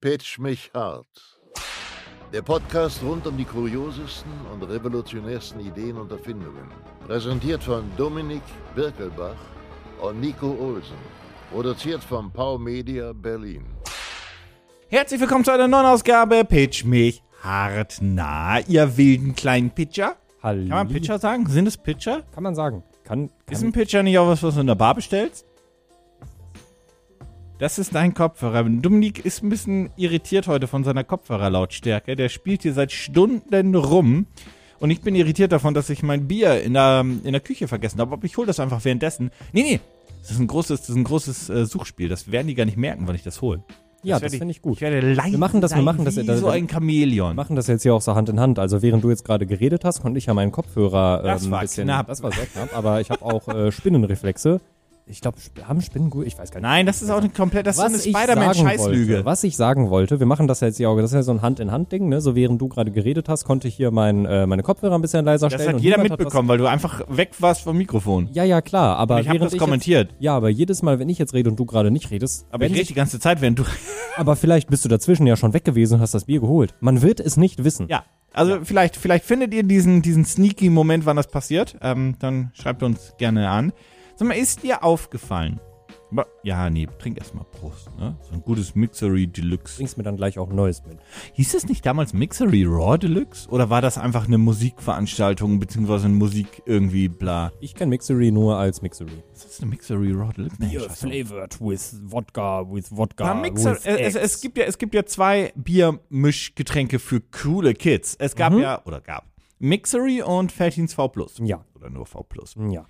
Pitch mich hart. Der Podcast rund um die kuriosesten und revolutionärsten Ideen und Erfindungen. Präsentiert von Dominik Birkelbach und Nico Olsen. Produziert von Pau Media Berlin. Herzlich willkommen zu einer neuen Ausgabe Pitch mich hart nah, ihr wilden kleinen Pitcher. Halli. Kann man Pitcher sagen? Sind es Pitcher? Kann man sagen. Kann, kann Ist ein Pitcher nicht auch was, was du in der Bar bestellst? Das ist dein Kopfhörer. Dominik ist ein bisschen irritiert heute von seiner Kopfhörerlautstärke. Der spielt hier seit Stunden rum. Und ich bin irritiert davon, dass ich mein Bier in der, in der Küche vergessen habe. Aber ich hole das einfach währenddessen. Nee, nee. Das ist ein großes, das ist ein großes äh, Suchspiel. Das werden die gar nicht merken, wann ich das hole. ja, werd das finde ich gut. Ich werde leiden, Wir machen das, wir leiden machen das, wie das- so ein Chamäleon. Wir machen das jetzt hier auch so Hand in Hand. Also während du jetzt gerade geredet hast, konnte ich ja meinen Kopfhörer ähm, Das war ein bisschen. knapp. Das war sehr knapp, aber ich habe auch äh, Spinnenreflexe. Ich glaube, sp haben Spinnen gut? Ich weiß gar nicht. Nein, das ist auch eine komplett, das ist eine ich sagen wollte, Spider-Man-Scheißlüge. Was ich sagen wollte, wir machen das ja jetzt hier auch, das ist ja so ein Hand-in-Hand-Ding, ne? So während du gerade geredet hast, konnte ich hier mein, äh, meine Kopfhörer ein bisschen leiser Das stellen. hat und jeder niemand was- mitbekommen, weil du einfach weg warst vom Mikrofon. ja, ja, klar, aber Ich habe während das kommentiert. Jetzt, ja, aber jedes Mal, wenn ich jetzt rede und du gerade nicht redest, Aber ich wenn rede die ganze Zeit, während du. Aber vielleicht bist du dazwischen ja schon weg gewesen und hast das Bier geholt. Man wird es nicht wissen. Ja. Also vielleicht, vielleicht findet ihr diesen, diesen sneaky Moment, wann das passiert. Ähm, dann schreibt uns gerne an. Sag mal, ist dir aufgefallen? Aber- Ja, nee, trink erstmal Prost, ne? So ein gutes Mixery Deluxe. Bringst mir dann gleich auch ein neues mit. Hieß es nicht damals Mixery Raw Deluxe? Oder war das einfach eine Musikveranstaltung, beziehungsweise eine Musik irgendwie bla? Ich kenne Mixery nur als Mixery. Ist das eine Mixery Raw Deluxe? Nee, ich weiß nicht. flavored with Wodka, with Wodka. Ja, Mixer, äh, es, es, es, gibt ja, es gibt ja zwei Biermischgetränke für coole Kids. Es Mhm. gab ja, oder gab, Mixery und Feltins V. Ja. Oder nur V. Hm, Ja.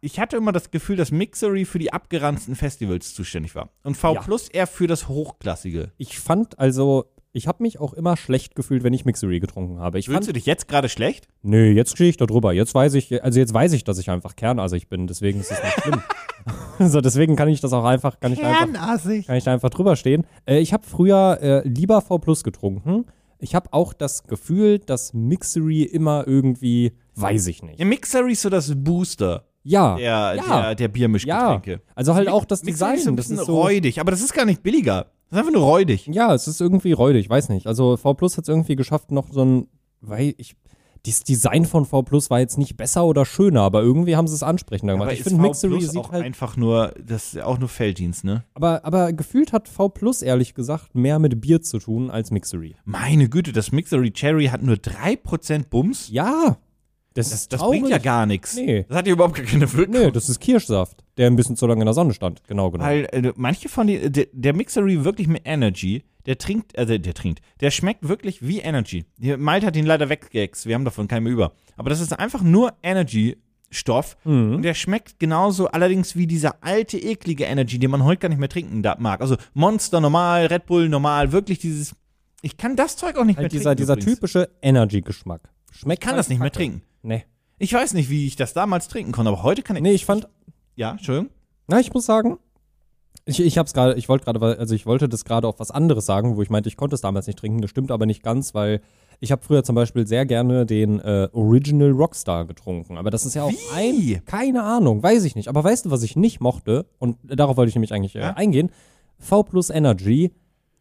Ich hatte immer das Gefühl, dass Mixery für die abgeranzten Festivals zuständig war. Und V Ja. eher für das Hochklassige. Ich fand also, ich habe mich auch immer schlecht gefühlt, wenn ich Mixery getrunken habe. Ich Fühlst fand, du dich jetzt gerade schlecht? nee, jetzt stehe ich da drüber. Jetzt weiß ich, also jetzt weiß ich, dass ich einfach kernassig bin. Deswegen ist es nicht schlimm. so, deswegen kann ich das auch einfach, kann ich da einfach Kernassig. Kann ich da einfach drüber stehen? Äh, ich habe früher äh, lieber V Plus getrunken. Ich habe auch das Gefühl, dass Mixery immer irgendwie, weiß ich nicht. Ja, Mixery ist so das Booster Ja, der, ja, der, der ja. Biermischgetränke. Also halt auch das Mixery Design. ist so ein das bisschen ist so, räudig, aber das ist gar nicht billiger. Das ist einfach nur räudig. ja, es ist irgendwie räudig, weiß nicht. Also V Plus hat es irgendwie geschafft, noch so ein, weil ich, das Design von V Plus war jetzt nicht besser oder schöner, aber irgendwie haben sie es ansprechender gemacht. Aber ich ist finde V+ Mixery sieht auch halt, einfach nur, das ist auch nur Felddienst, ne? aber, aber gefühlt hat V Plus ehrlich gesagt mehr mit Bier zu tun als Mixery. Meine Güte, das Mixery Cherry hat nur 3% Bums. Ja, das, ist Das traurig. bringt ja gar nichts. Nee. Das hat ja überhaupt gar keine Wirkung. Nö, das ist Kirschsaft, der ein bisschen zu lange in der Sonne stand. Genau, genau. Weil äh, manche von den, der, der Mixery wirklich mit Energy, der trinkt, also der trinkt, der schmeckt wirklich wie Energy. Hier, Malte hat ihn leider weggeext, wir haben davon keinen mehr über. Aber das ist einfach nur Energy-Stoff Mhm. und der schmeckt genauso allerdings wie dieser alte, eklige Energy, den man heute gar nicht mehr trinken da, mag. Also Monster normal, Red Bull normal, wirklich dieses, ich kann das Zeug auch nicht mehr Halt dieser, trinken. dieser übrigens. typische Energy-Geschmack. Ich Schmeckt kann halt das nicht mehr kacke. trinken. Nee. Ich weiß nicht, wie ich das damals trinken konnte, aber heute kann ich. Nee, ich fand, Ja, Entschuldigung. na, ich muss sagen, ich, ich hab's gerade, ich wollte gerade, wa- also ich wollte das gerade auf was anderes sagen, wo ich meinte, ich konnte es damals nicht trinken, das stimmt aber nicht ganz, weil ich habe früher zum Beispiel sehr gerne den äh, Original Rockstar getrunken, aber das ist ja auch Wie? ein, keine Ahnung, weiß ich nicht, aber weißt du, was ich nicht mochte und darauf wollte ich nämlich eigentlich äh, Ja? eingehen, V plus Energy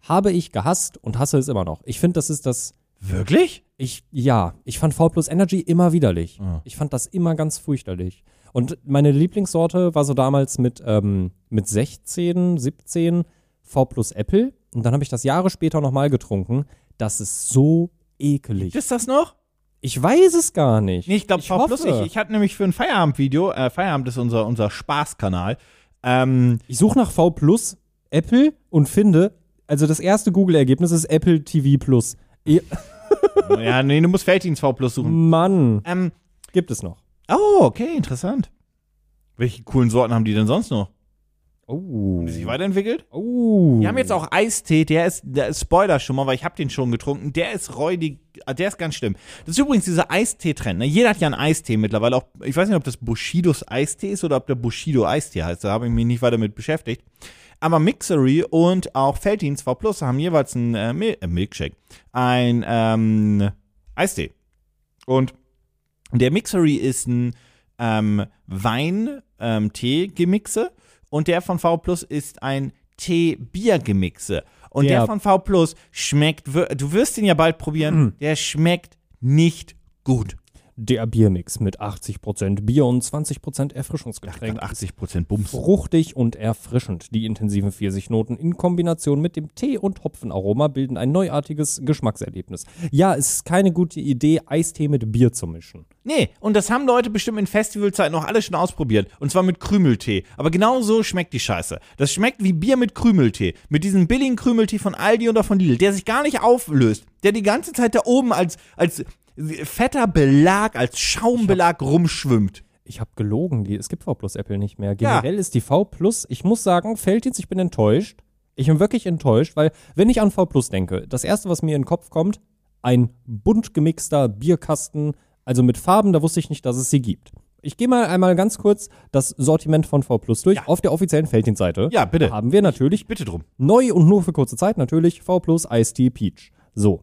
habe ich gehasst und hasse es immer noch. Ich finde, das ist das Wirklich? Ich, ja, ich fand V plus Energy immer widerlich. Ah. Ich fand das immer ganz fürchterlich. Und meine Lieblingssorte war so damals mit, ähm, mit 16, 17 V plus Apple. Und dann habe ich das Jahre später nochmal getrunken. Das ist so ekelig. Ist das noch? ich weiß es gar nicht. Nee, ich glaube, V Plus. Ich, hoffe. ich hatte nämlich für ein Feierabendvideo, äh, Feierabend ist unser, unser Spaßkanal, ähm, Ich suche nach V plus Apple und finde, also das erste Google-Ergebnis ist Apple TV Plus. E ja, nee, du musst Felddienst V Plus suchen. Mann, Ähm, gibt es noch. oh, okay, interessant. Welche coolen Sorten haben die denn sonst noch? Oh. Haben die sich weiterentwickelt? Oh. Die haben jetzt auch Eistee, der ist, der ist Spoiler schon mal, weil ich habe den schon getrunken. Der ist räudig, ah, der ist ganz schlimm. Das ist übrigens dieser Eistee-Trend. Ne? Jeder hat ja einen Eistee mittlerweile. Auch, ich weiß nicht, ob das Bushidos Eistee ist oder ob der Bushido Eistee heißt. Da habe ich mich nicht weiter mit beschäftigt. Aber Mixery und auch Felddienst V Plus haben jeweils einen äh, Mil äh, Milkshake, ein ähm, Eistee. Und der Mixery ist ein ähm, Wein-Tee-Gemixe und der von V Plus ist ein Tee-Bier-Gemixe. Und der, Der- von V Plus schmeckt, wir- du wirst ihn ja bald probieren, der schmeckt nicht gut. Der Biermix mit 80% Bier und 20% Erfrischungsgetränk. 80% Bums. Fruchtig und erfrischend. Die intensiven Pfirsichnoten in Kombination mit dem Tee- und Hopfenaroma bilden ein neuartiges Geschmackserlebnis. Ja, es ist keine gute Idee, Eistee mit Bier zu mischen. Nee, und das haben Leute bestimmt in Festivalzeiten auch alle schon ausprobiert. Und zwar mit Krümeltee. Aber genau so schmeckt die Scheiße. Das schmeckt wie Bier mit Krümeltee. Mit diesem billigen Krümeltee von Aldi oder von Lidl, der sich gar nicht auflöst. Der die ganze Zeit da oben als, als fetter Belag, als Schaumbelag rumschwimmt. Ich habe gelogen, die, es gibt V Plus Apple nicht mehr. Generell ist die V Plus, ich muss sagen, fällt jetzt, ich bin enttäuscht. Ich bin wirklich enttäuscht, weil wenn ich an V Plus denke, das erste, was mir in den Kopf kommt, ein bunt gemixter Bierkasten, also mit Farben, da wusste ich nicht, dass es sie gibt. Ich gehe mal einmal ganz kurz das Sortiment von V Plus durch. Auf der offiziellen Feldin-Seite Ja, bitte. haben wir natürlich Bitte drum. Neu und nur für kurze Zeit natürlich V plus Ice Tea Peach. So.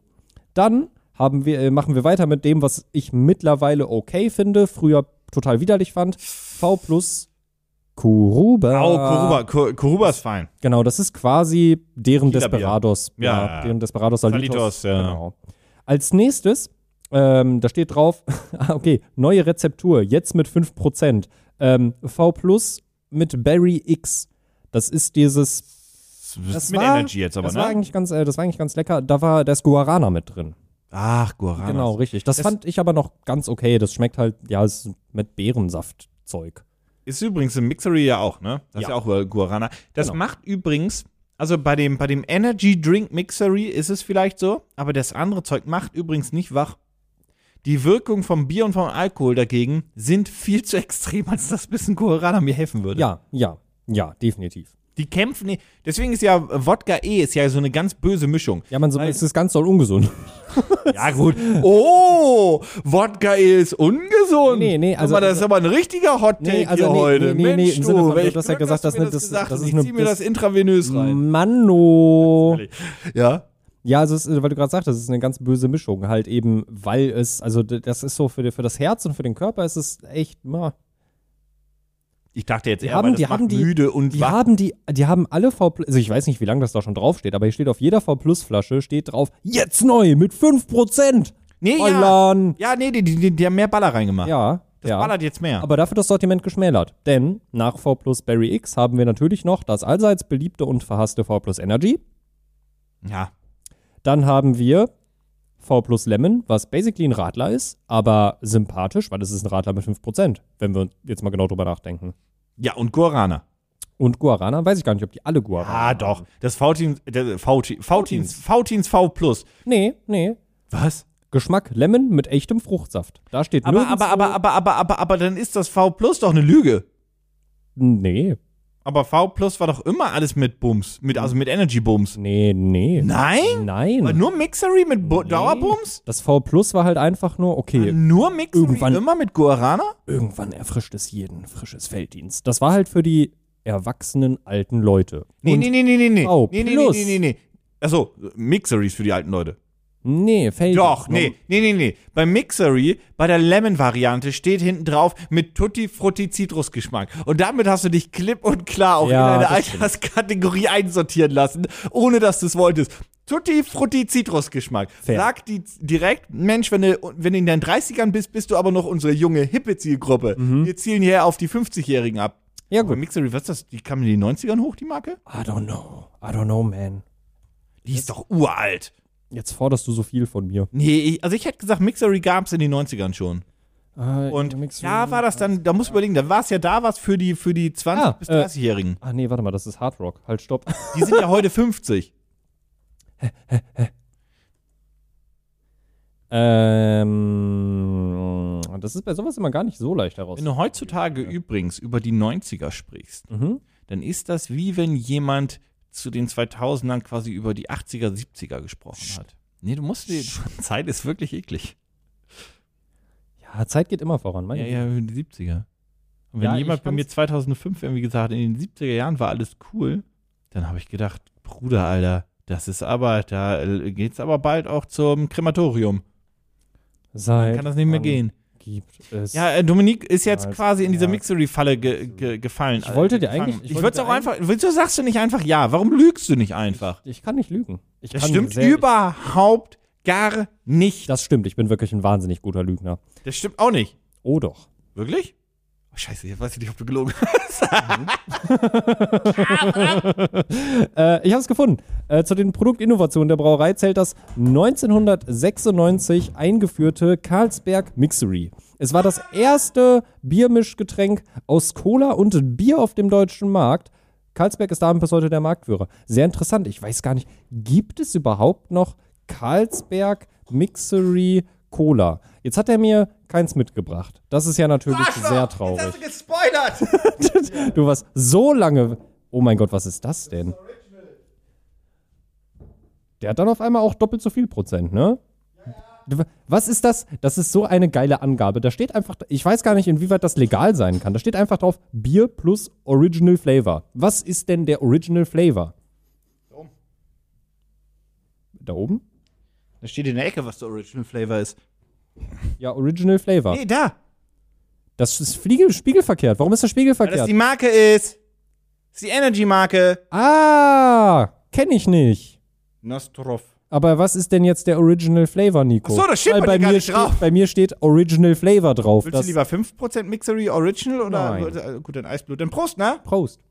Dann haben wir, äh, machen wir weiter mit dem, was ich mittlerweile okay finde, früher total widerlich fand. V plus Kuruba. Au, Kuruba, Ku- Kuruba ist fein. Genau, das ist quasi deren Kieler Bier. Desperados. Ja, ja. deren Desperados Salitos. Salitos, ja. Genau. Als nächstes, ähm, da steht drauf, ah, okay, neue Rezeptur, jetzt mit 5%. Ähm, V plus mit Berry X. Das ist dieses Das, ist mit Energy jetzt aber, das War ne? eigentlich ganz, äh, das war eigentlich ganz lecker. Da war das Guarana mit drin. Ach, Guarana. genau, richtig. Das, Das- fand ich aber noch ganz okay. Das schmeckt halt, ja, es ist mit Beerensaftzeug. Ist übrigens im Mixery ja auch, ne? Das ist Ja. ja auch äh, Guarana. Das Genau. macht übrigens, also bei dem, bei dem Energy Drink Mixery ist es vielleicht so, aber das andere Zeug macht übrigens nicht wach. Die Wirkung vom Bier und vom Alkohol dagegen sind viel zu extrem, als dass bisschen Guarana mir helfen würde. Ja, ja, ja, definitiv. Die kämpfen, nicht- deswegen ist ja äh, Wodka E ist ja so eine ganz böse Mischung. Ja, man, so, Weil- es ist ganz doll ungesund. Ja, gut. Oh, Wodka ist ungesund. Nee, nee, also- aber das ist aber ein richtiger Hot Take Nee, also hier nee, heute. nee, nee, nee, Mensch, im du, Sinne von, welch du hast ja Glück, gesagt, dass du mir das- das das- gesagt das hast. ist Ich eine- zieh mir das das- intravenös rein. Manno. Ja? Ja, also es, weil du gerade sagtest, es ist eine ganz böse Mischung. Halt eben, weil es, also d- das ist so für, die- für das Herz und für den Körper ist es echt, na, Ich dachte jetzt, Die eher, haben- weil das die macht haben die- müde und Die wach. haben die, die haben alle V Plus, also ich weiß nicht, wie lange das da schon draufsteht, aber hier steht auf jeder V Plus Flasche steht drauf, jetzt neu mit 5%. Nee, ja. Eulan. Ja, nee, die, die, die, die haben mehr Baller reingemacht. Ja, das ja. ballert jetzt mehr. Aber dafür das Sortiment geschmälert. Denn nach V Plus Berry X haben wir natürlich noch das allseits beliebte und verhasste V Plus Energy. ja. Dann haben wir V Plus Lemon, was basically ein Radler ist, aber sympathisch, weil es ist ein Radler mit 5%, wenn wir jetzt mal genau drüber nachdenken. Ja, und Guarana. Und Guarana, weiß ich gar nicht, ob die alle Guarana Ah, haben. doch. Das V-Teams, der V-Teams, V-Teams, V-Teams V Plus. Nee, nee. Was? Geschmack Lemon mit echtem Fruchtsaft. Da steht Aber, nirgends- aber, aber, aber, aber, aber, aber, dann ist das V Plus doch eine Lüge. Nee, Aber V Plus war doch immer alles mit Bums, mit, also mit Energy Bums. nee, nee. Nein? Nein. War nur Mixery mit Bu Nee. Dauerbums? Das V Plus war halt einfach nur, okay, Nur Mixery Irgendwann- immer mit Guarana? irgendwann erfrischt es jeden frisches Felddienst. Das war halt für die erwachsenen alten Leute. Nee, Und- nee, nee, nee, nee, nee. V nee, nee, nee, Plus. nee, nee, nee. Achso, Mixery ist für die alten Leute. Nee, Felddienst. Doch, nee, nee, nee, nee. Beim Mixery, bei der Lemon-Variante, steht hinten drauf mit Tutti Frutti Zitrusgeschmack. Und damit hast du dich klipp und klar auch in Ja, eine das Alterskategorie einsortieren lassen, ohne dass du es wolltest. Tutti Frutti Zitrusgeschmack. Fair. Sag die direkt, Mensch, wenn du, wenn du in deinen 30ern bist, bist du aber noch unsere junge, hippe Zielgruppe. Wir zielen hier auf die 50-Jährigen ab. Mhm. Ja, Bei gut. Mixery, was ist das? Die kam in den 90ern hoch, die Marke? I don't know. I don't know, man. Die ist doch uralt. Jetzt forderst du so viel von mir. Nee, ich, also ich hätte gesagt, Mixery gab's in den 90ern schon. Äh, Und Mixed da Raw- war das dann, da muss ich überlegen, da war es ja da was für die, für die 20- Ah, bis äh, 30-Jährigen. Ah, nee, warte mal, das ist Hard Rock. Halt, stopp. Die sind ja heute 50. ähm, das ist bei sowas immer gar nicht so leicht heraus. Wenn du heutzutage übrigens über die 90er sprichst, Mhm. dann ist das wie wenn jemand zu den 2000ern quasi über die 80er, 70er gesprochen hat. Nee, du musst dir, Zeit ist wirklich eklig. Ja, Zeit geht immer voran. Meine Ja, Güte. ja, die 70er. Und wenn Ja, jemand ich bei mir kann's- 2005 irgendwie gesagt hat, in den 70er Jahren war alles cool, dann habe ich gedacht, Bruder, Alter, das ist aber, da äh, geht's aber bald auch zum Krematorium. Seit Kann das nicht mehr wann gehen. gibt es. Ja, äh, Dominik ist jetzt Ja, es- quasi in diese ja. Mixery-Falle ge ge gefallen. Äh, Ich wollte dir gefangen. eigentlich- ich Ich, wollte würde dir auch einfach. Wieso sagst du nicht einfach ja? Warum lügst du nicht einfach? ich kann nicht lügen. Ich Das kann stimmt sehr- überhaupt gar Ich, nicht. das stimmt, ich bin wirklich ein wahnsinnig guter Lügner. Das stimmt auch nicht. Oh doch. Wirklich? Oh, scheiße, jetzt weiß ich nicht, ob du gelogen hast. Äh, ich habe es gefunden. Äh, zu den Produktinnovationen der Brauerei zählt das 1996 eingeführte Carlsberg Mixery. Es war das erste Biermischgetränk aus Cola und Bier auf dem deutschen Markt. Carlsberg ist damit bis heute der Marktführer. Sehr interessant. Ich weiß gar nicht, gibt es überhaupt noch Carlsberg Mixery Cola? Jetzt hat er mir keins mitgebracht. Das ist ja natürlich sehr traurig. du gespoilert. Du warst so lange. Oh mein Gott, was ist das denn? Der hat dann auf einmal auch doppelt so viel Prozent, ne? Du- Was ist das? Das ist so eine geile Angabe. Da steht einfach, ich weiß gar nicht, inwieweit das legal sein kann. Da steht einfach drauf Bier plus Original Flavor. Was ist denn der Original Flavor? Da oben? Da steht in der Ecke, was der Original Flavor ist. Ja, Original Flavor. Nee, da. Das ist Fliegel, spiegelverkehrt. Warum ist das Weil das spiegelverkehrt? die Marke ist. Das ist die Energy-Marke. ah, kenne ich nicht. Nostrov. Aber was ist denn jetzt der Original Flavor, Nico? Ach so, das steht Weil bei dir bei gar mir nicht steht, drauf. Bei mir steht Original Flavor drauf. Willst du lieber 5% Mixery Original oder äh, Nein. gut, dann Eisblut, dann Prost, ne? Prost.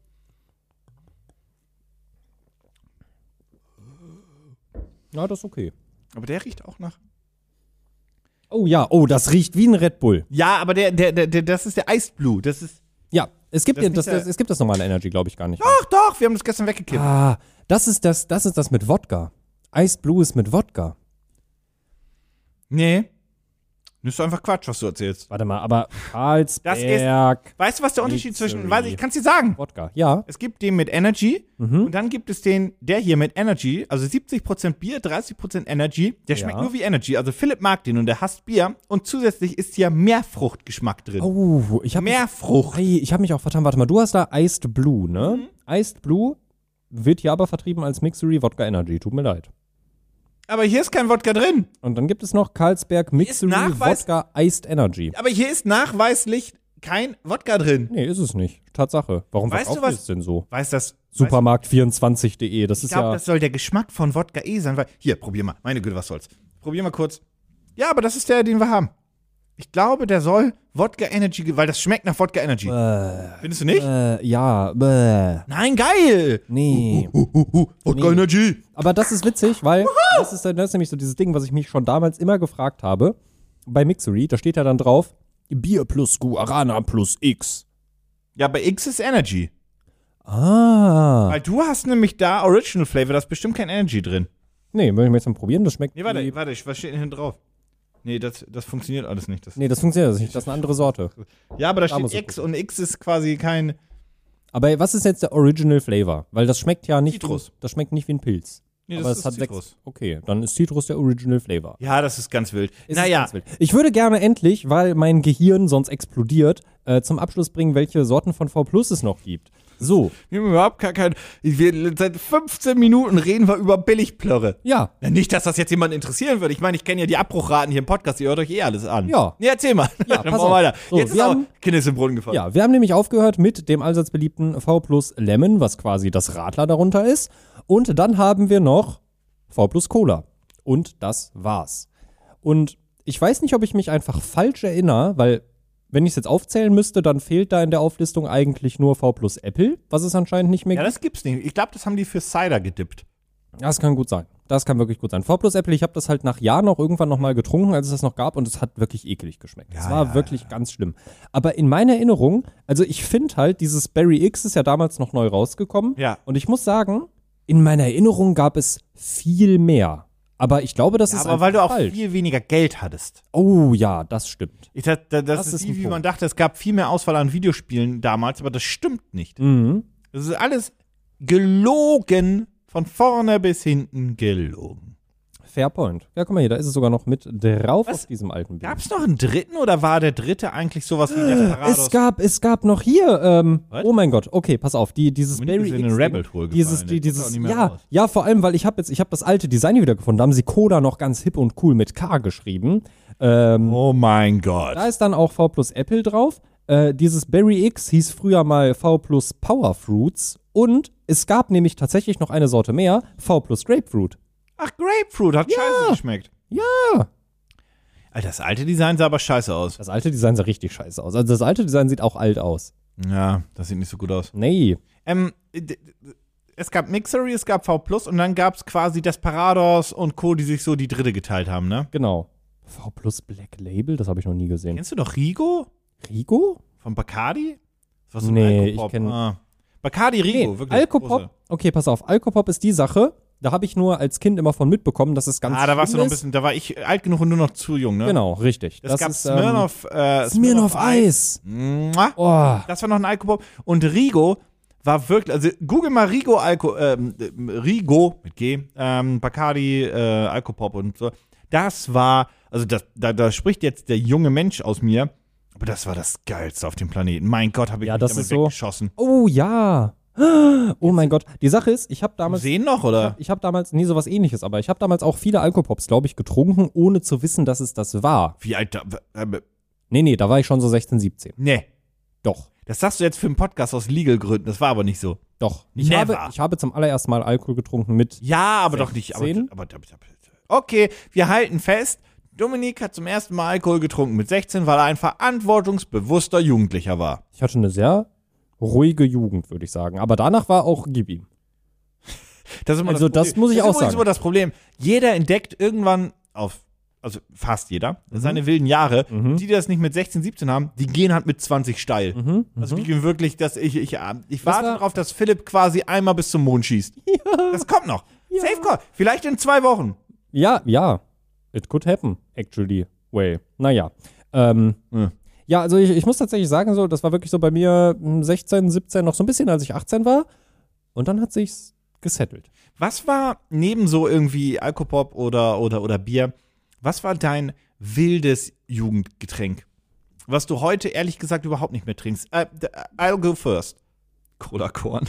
Na, das ist okay. Aber der riecht auch nach. Oh ja, oh, das riecht wie ein Red Bull. Ja, aber der, der, der, der das ist der Eisblue. Das ist. Ja, es gibt Das das, das, riecht ja- das, es gibt das normale Energy, glaube ich, gar nicht. Ach doch, wir haben das gestern weggekippt. Ah, das ist das, das ist das mit Wodka. Iced Blue ist mit Wodka. Nee. Das ist einfach Quatsch, was du erzählst. Warte mal, aber Carlsberg. Weißt du, was der Unterschied Mixery. zwischen. Weiß, ich kann es dir sagen. Wodka, ja. Es gibt den mit Energy Mhm. und dann gibt es den, der hier mit Energy, also 70% Bier, 30% Energy. Der schmeckt Ja. nur wie Energy. Also Philipp mag den und der hasst Bier. Und zusätzlich ist hier mehr Fruchtgeschmack drin. Oh, ich habe Mehr Frucht. Mhm. Ei, ich habe mich auch vertan. Warte mal, du hast da Iced Blue, ne? Iced Blue wird hier aber vertrieben als Mixery Wodka Energy. Tut mir leid. Aber hier ist kein Wodka drin. Und dann gibt es noch Carlsberg Mixery Nachweis- Wodka Iced Energy. Aber hier ist nachweislich kein Wodka drin. Nee, ist es nicht. Tatsache. Warum Weißt du verkauft ihr was- es denn so? Weiß das? Weiß, Supermarkt24.de, das ich ist glaube, ja. das soll der Geschmack von Wodka eh sein, weil. Hier, probier mal. Meine Güte, was soll's. Probier mal kurz. Ja, aber das ist der, den wir haben. Ich glaube, der soll Wodka Energy, ge- weil das schmeckt nach Wodka Energy. Findest du nicht? äh, ja, bäh. Nein, geil! Nee. Uh, uh, uh, Wodka Nee. Energy! Aber das ist witzig, weil das ist, das ist nämlich so dieses Ding, was ich mich schon damals immer gefragt habe. Bei Mixery, da steht ja dann drauf: Bier plus Guarana plus X. Ja, bei X ist Energy. Ah. Weil du hast nämlich da Original Flavor, da ist bestimmt kein Energy drin. Nee, wenn ich mir jetzt mal probieren, das schmeckt. Nee, warte, wie- warte, ich- was steht denn hinten drauf? Nee, das, das funktioniert alles nicht. Das Nee, das funktioniert nicht. Das ist eine andere Sorte. ja, aber da muss steht ich X und X ist quasi kein. Aber was ist jetzt der Original Flavor? Weil das schmeckt ja nicht. Zitrus. Das schmeckt nicht wie ein Pilz. Nee, aber es hat sechs. Okay, dann ist Citrus der Original Flavor. Ja, das ist ganz wild. Es ist naja, ganz wild. Ich würde gerne endlich, weil mein Gehirn sonst explodiert, äh, zum Abschluss bringen, welche Sorten von V Plus es noch gibt. So, wir haben überhaupt gar kein. Wir, seit 15 Minuten reden wir über Billigplörre. ja. Ja, Nicht, dass das jetzt jemand interessieren würde. Ich meine, ich kenne ja die Abbruchraten hier im Podcast. Ihr hört euch eh alles an. Ja. Nee, erzähl mal. Dann Ja, pass machen wir auf. weiter. So, jetzt ist wir auch haben- Kindes im Brunnen gefallen. Ja, wir haben nämlich aufgehört mit dem allseits beliebten V Plus Lemon, was quasi das Radler darunter ist. Und dann haben wir noch V Plus Cola. Und das war's. Und ich weiß nicht, ob ich mich einfach falsch erinnere, weil wenn ich es jetzt aufzählen müsste, dann fehlt da in der Auflistung eigentlich nur V Plus Apple, was es anscheinend nicht mehr Ja, gibt. das gibt's nicht. Ich glaube, das haben die für Cider gedippt. Das kann gut sein. Das kann wirklich gut sein. V Plus Apple, ich habe das halt nach Jahren auch irgendwann nochmal getrunken, als es das noch gab, und es hat wirklich eklig geschmeckt. es war wirklich ganz schlimm. Aber in meiner Erinnerung, also ich finde halt, dieses Berry X ist ja damals noch neu rausgekommen. Ja. Und ich muss sagen, in meiner Erinnerung gab es viel mehr. Aber ich glaube, das ist aber weil du einfach auch falsch. viel weniger Geld hattest. Oh ja, das stimmt. Ich dachte, da- das, Das ist, ist wie, ein wie Punkt. man dachte, es gab viel mehr Auswahl an Videospielen damals, aber das stimmt nicht. Mhm. Das ist alles gelogen, von vorne bis hinten gelogen. Fair Point. Ja, guck mal hier, da ist es sogar noch mit drauf Was? auf diesem alten Bild. Gab es noch einen dritten oder war der dritte eigentlich sowas wie Desperados? Äh, Es gab, es gab noch hier, ähm, Was? oh mein Gott, okay, pass auf, die, dieses Dominik Barry ist in X den Ding, Rabbit Hole dieses, gefallen, die, der kommt auch dieses, nicht mehr ja, raus. ja, vor allem, weil ich habe jetzt, ich habe das alte Design wiedergefunden, da haben sie Coda noch ganz hip und cool mit K geschrieben. Ähm, Oh mein Gott. Da ist dann auch V plus Apple drauf. Äh, dieses Berry X hieß früher mal V plus Power Fruits und es gab nämlich tatsächlich noch eine Sorte mehr, V plus Grapefruit. Ach, Grapefruit hat scheiße geschmeckt. Ja. Alter, das alte Design sah aber scheiße aus. Das alte Design sah richtig scheiße aus. Also das alte Design sieht auch alt aus. Ja, das sieht nicht so gut aus. Nee. Ähm, d- d- es gab Mixery, es gab V Plus und dann gab es quasi Desperados und Co., die sich so die dritte geteilt haben, ne? Genau. V plus Black Label, das habe ich noch nie gesehen. Kennst du noch Rigo? Rigo? Von Bacardi? Das war Nee, Alkopop. ich kenn- Ah. Bacardi Rigo, nee, wirklich. Alkopop. große. Okay, pass auf. Alkopop ist die Sache, da habe ich nur als Kind immer von mitbekommen, dass es ganz Ah, da warst du schlimm noch ein ist. bisschen, da war ich alt genug und nur noch zu jung, ne? Genau, richtig. Es das gab ist, Smirnoff, Hm? äh, ähm, Smirnoff Eis. Mua. Oh. Das war noch ein Alkopop. Und Rigo war wirklich, also google mal Rigo, Alko, ähm, äh, Rigo mit G, ähm, Bacardi, äh, Alkopop und so. Das war, also das, da, da spricht jetzt der junge Mensch aus mir, aber das war das Geilste auf dem Planeten. Mein Gott, habe ich Ja, mich das damit ist so. weggeschossen. Oh ja. Oh mein Gott. Die Sache ist, ich habe damals. Sehen noch, oder? Ich habe damals, nee, sowas ähnliches, aber ich habe damals auch viele Alkopops, glaube ich, getrunken, ohne zu wissen, dass es das war. Wie alt da, äh, Nee, nee, da war ich schon so 16, 17. Nee. Doch, Das sagst du jetzt für einen Podcast aus Legal-Gründen, das war aber nicht so. doch. Ich habe, Never. ich habe zum allerersten Mal Alkohol getrunken mit. Ja, aber doch nicht. Aber, Sehen? aber, aber, okay, wir halten fest. Dominik hat zum ersten Mal Alkohol getrunken mit 16, weil er ein verantwortungsbewusster Jugendlicher war. Ich hatte eine sehr ruhige Jugend, würde ich sagen. Aber danach war auch gib ihm. Das ist immer Also, das Problem. muss ich das auch ist übrigens sagen. immer das Problem. Jeder entdeckt irgendwann auf, also fast jeder, Mhm. seine wilden Jahre. Die, die das nicht mit 16, 17 haben, die gehen halt mit 20 steil. Also die gehen wirklich, dass ich, ich, äh, ich warte Mhm. war- darauf, dass Philipp quasi einmal bis zum Mond schießt. Das kommt noch. Safe Call. Vielleicht in zwei Wochen. Ja, ja. It could happen, actually. Way. Naja. Ähm, Ja. Ja, also ich, ich muss tatsächlich sagen, so, das war wirklich so bei mir hm, 16, 17, noch so ein bisschen, als ich 18 war. Und dann hat sich's gesettelt. Was war neben so irgendwie Alkopop oder, oder, oder Bier, was war dein wildes Jugendgetränk? Was du heute ehrlich gesagt überhaupt nicht mehr trinkst. Äh, d- I'll go first. Cola Korn.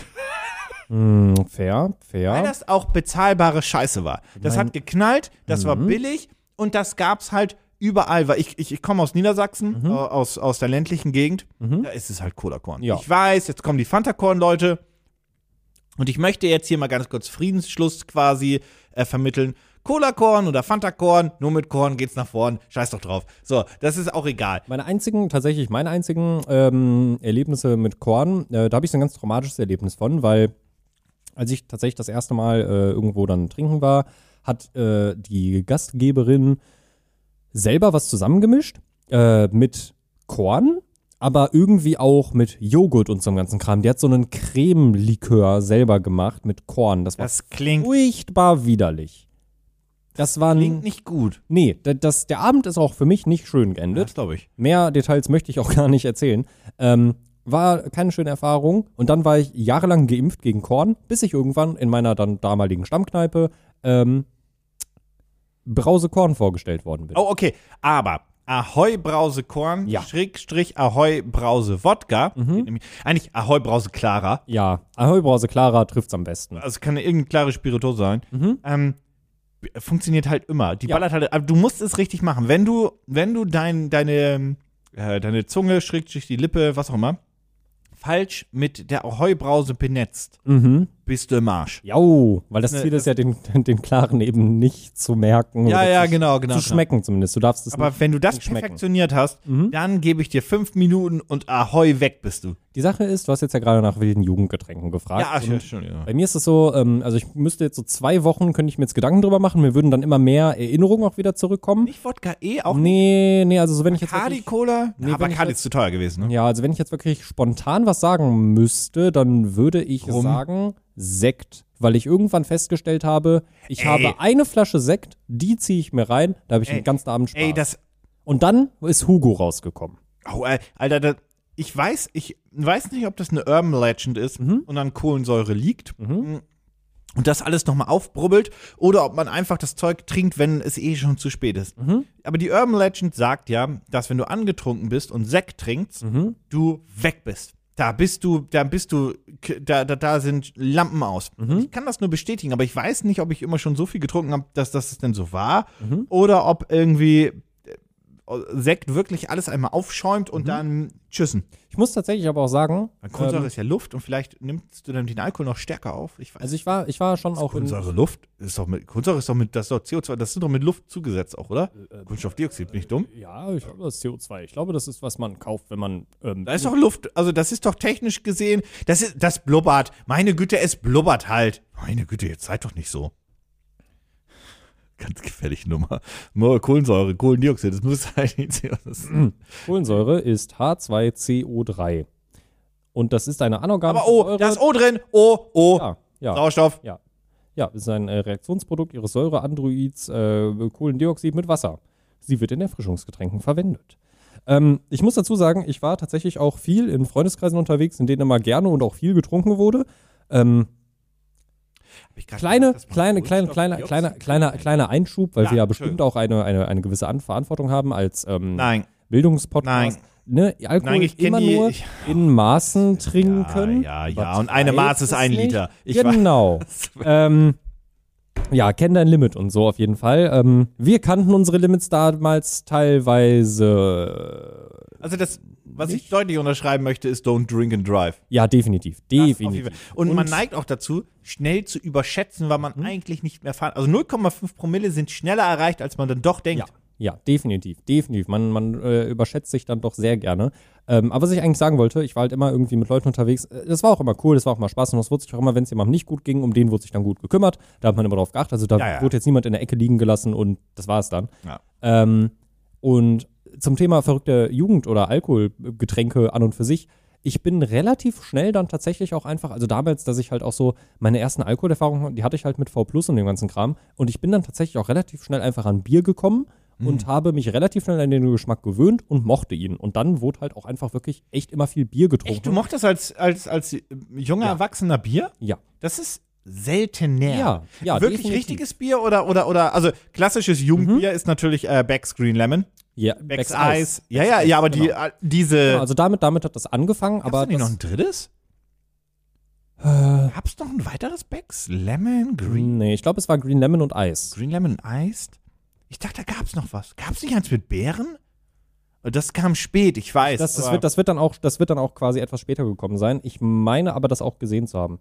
Hm, fair, fair. Weil das auch bezahlbare Scheiße war. Das Mein- Mhm. hat geknallt, das war billig und das gab's halt überall. Weil ich, ich, ich komme aus Niedersachsen, Mhm. äh, aus, aus der ländlichen Gegend. Da ist es halt Cola Korn. Ja. Ich weiß, jetzt kommen die Fanta Korn Leute. Und ich möchte jetzt hier mal ganz kurz Friedensschluss quasi äh, vermitteln. Cola Korn oder Fanta Korn, nur mit Korn geht's nach vorn. Scheiß doch drauf. So, das ist auch egal. Meine einzigen, tatsächlich meine einzigen ähm, Erlebnisse mit Korn, äh, da habe ich so ein ganz traumatisches Erlebnis von, weil als ich tatsächlich das erste Mal äh, irgendwo dann trinken war, hat äh, die Gastgeberin selber was zusammengemischt äh, mit Korn, aber irgendwie auch mit Joghurt und so einem ganzen Kram. Die hat so einen Cremelikör selber gemacht mit Korn. Das war Das klingt, furchtbar widerlich. Das war klingt ein, nicht gut. nee, da- das, der Abend ist auch für mich nicht schön geendet. Das glaube ich. Mehr Details möchte ich auch gar nicht erzählen. Ähm, war keine schöne Erfahrung. Und dann war ich jahrelang geimpft gegen Korn, bis ich irgendwann in meiner dann damaligen Stammkneipe ähm, Brausekorn vorgestellt worden bin. Oh, okay. Aber Ahoi Brause Korn, Ja. Mhm. Schrägstrich Ahoi Brause Wodka, geht nämlich- eigentlich Ahoi Brause Clara, Ja, Ahoi Brause Clara trifft's am besten. also kann ja irgendeine klare Spirituose sein, ähm, b- funktioniert halt immer. Die Mhm. Ja. ballert halt, aber du musst es richtig machen. Wenn du, wenn du dein, deine, äh, deine Zunge, Schrägstrich die Lippe, was auch immer, falsch mit der Ahoi Brause benetzt, Mhm. bist du im Arsch. Jau, weil das Ne, Ziel ist ja, den, den Klaren eben nicht zu merken. Ja, oder ja, zu, genau, genau. Zu genau. schmecken zumindest. Du darfst es Aber wenn du das schmecken. Mhm. perfektioniert hast, dann gebe ich dir fünf Minuten und Ahoi weg bist du. Die Sache ist, du hast jetzt ja gerade nach wilden Jugendgetränken gefragt. Ja, schon, Und schon, ja. Bei mir ist es so, ähm, also ich müsste jetzt so zwei Wochen, könnte ich mir jetzt Gedanken drüber machen, mir würden dann immer mehr Erinnerungen auch wieder zurückkommen. Nicht Wodka E, auch nicht Nee, nee, also so wenn ich jetzt Cardi wirklich, Cola? Ah, Nee, aber wenn ich halt Cardi jetzt- ist zu teuer gewesen, ne? Ja, also wenn ich jetzt wirklich spontan was sagen müsste, dann würde ich Rum. sagen Sekt, weil ich irgendwann festgestellt habe, ich Ey. habe eine Flasche Sekt, die ziehe ich mir rein, da habe ich Ey. den ganzen Abend Spaß. Ey, das. Und dann ist Hugo rausgekommen. Au, äh, Alter, das, ich weiß, ich weiß nicht, ob das eine Urban Legend ist und an Kohlensäure liegt. und das alles nochmal aufbrubbelt oder ob man einfach das Zeug trinkt, wenn es eh schon zu spät ist. Aber die Urban Legend sagt ja, dass wenn du angetrunken bist und Sekt trinkst, du weg bist. Da bist du, da bist du, k- da, da, da sind Lampen aus. Ich kann das nur bestätigen, aber ich weiß nicht, ob ich immer schon so viel getrunken habe, dass das denn so war oder ob irgendwie äh, Sekt wirklich alles einmal aufschäumt Mhm. und dann tschüssen. Ich muss tatsächlich aber auch sagen, Weil Kohlensäure ähm, ist ja Luft und vielleicht nimmst du dann den Alkohol noch stärker auf. Ich weiß also ich war, ich war schon auch in, Kohlensäure Luft ist doch mit Kohlensäure ist doch mit das ist doch CO2, das ist doch mit Luft zugesetzt auch, oder? Äh, Kunststoffdioxid, bin ich dumm? Ja, ich glaube, das ist CO2. Ich glaube, das ist, was man kauft, wenn man. Ähm, Da ist doch Luft, also das ist doch technisch gesehen, das ist das blubbert. Meine Güte, es blubbert halt. Meine Güte, jetzt seid doch nicht so. Ganz gefährliche Nummer. Nur Kohlensäure, Kohlendioxid, das muss halt nicht CO2 Mhm. sein. Kohlensäure ist H2CO3. Und das ist eine anorganische Aber oh, Säure. da ist O drin. O, O. ja, ja, Sauerstoff. ja. Ja, ist ein äh, Reaktionsprodukt ihres Säureandroids äh, Kohlendioxid mit Wasser. Sie wird in Erfrischungsgetränken verwendet. Ähm, ich muss dazu sagen, ich war tatsächlich auch viel in Freundeskreisen unterwegs, in denen immer gerne und auch viel getrunken wurde. Ähm, Hab ich grad Kleine, gesagt, dass man kleine, kleine, kleiner, Kohlenstoffdioxid- kleiner, kleiner, kleiner Einschub, weil Ja, wir ja Entschuldigung. bestimmt auch eine, eine, eine gewisse An Verantwortung haben als ähm, Nein. Bildungspodcast. Ne, Alkohol Nein, ich kenn immer die- nur ich- in Maßen trinken. Ja, ja, ja. Und eine Maß ist ein Nicht. Liter. Ich weiß- genau. ähm, ja, kenn dein Limit und so auf jeden Fall. Ähm, wir kannten unsere Limits damals teilweise. Also das, was ich deutlich unterschreiben möchte, ist Don't Drink and Drive. Ja, definitiv. Das auf Definitiv. jeden Fall. Und, man neigt auch dazu, schnell zu überschätzen, weil man Mhm. eigentlich nicht mehr fahren. Also 0,5 Promille sind schneller erreicht, als man dann doch denkt. Ja, ja, definitiv, definitiv. Man, man äh, überschätzt sich dann doch sehr gerne. Ähm, aber was ich eigentlich sagen wollte, ich war halt immer irgendwie mit Leuten unterwegs. Äh, Das war auch immer cool, das war auch immer Spaß und das wurde sich auch immer, wenn es jemandem nicht gut ging, um den wurde sich dann gut gekümmert. Da hat man immer drauf geachtet. Also da Ja, ja. wurde jetzt niemand in der Ecke liegen gelassen und das war es dann. Ja. Ähm, und zum Thema verrückte Jugend oder Alkoholgetränke an und für sich. Ich bin relativ schnell dann tatsächlich auch einfach, also damals, dass ich halt auch so meine ersten Alkoholerfahrungen, die hatte ich halt mit V Plus und dem ganzen Kram. Und ich bin dann tatsächlich auch relativ schnell einfach an Bier gekommen Mhm. und habe mich relativ schnell an den Geschmack gewöhnt und mochte ihn. Und dann wurde halt auch einfach wirklich echt immer viel Bier getrunken. Echt, du mochtest als, als, als äh, junger Ja. Erwachsener Bier? ja. Das ist seltener. Ja, ja, Wirklich definitiv. richtiges Bier oder, oder, oder, also klassisches Jugendbier ist natürlich äh, Beck's Green Lemon, ja. Beck's, Eis. Eis. Ja, ja, ja, aber die, genau. äh, diese. Genau, also damit, damit hat das angefangen, Gab's aber da nicht noch das, Äh. ein drittes? Gab's noch ein weiteres Becks? Lemon, Green, nee, ich glaube, es war Green Lemon und Eis. Green Lemon Iced? Ich dachte, da gab's noch was. Gab's nicht eins mit Beeren? Das kam spät, ich weiß. Das, das, aber- wird, das, wird dann auch, das wird dann auch quasi etwas später gekommen sein. Ich meine aber, das auch gesehen zu haben.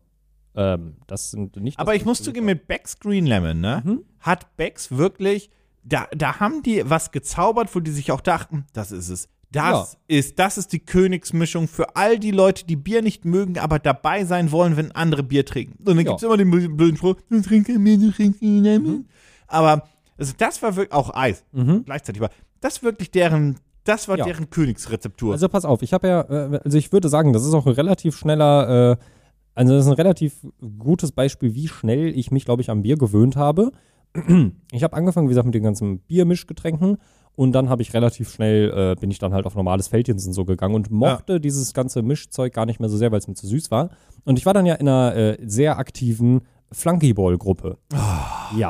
Ähm, das Mhm. sind nicht. aber ich muss zugeben, mit Becks Green Lemon, ne? Hat Becks wirklich, da, da haben die was gezaubert, wo die sich auch dachten, das ist es. Das ist, das ist die Königsmischung für all die Leute, die Bier nicht mögen, aber dabei sein wollen, wenn andere Bier trinken. Und dann Ja. gibt's immer den blöden blöden Spruch, du trinkst kein Bier, du trinkst kein Lemon. Mhm. Aber also das war wirklich, auch Eis gleichzeitig, aber das wirklich deren, das war Ja. deren Königsrezeptur. Also pass auf, ich habe ja, äh, also ich würde sagen, das ist auch ein relativ schneller, äh, also das ist ein relativ gutes Beispiel, wie schnell ich mich, glaube ich, am Bier gewöhnt habe. Ich habe angefangen, wie gesagt, mit den ganzen Biermischgetränken und dann habe ich relativ schnell, äh, bin ich dann halt auf normales Feldjens und so gegangen und mochte dieses ganze Mischzeug gar nicht mehr so sehr, weil es mir zu süß war. Und ich war dann ja in einer äh, sehr aktiven Flunkyball-Gruppe. ja.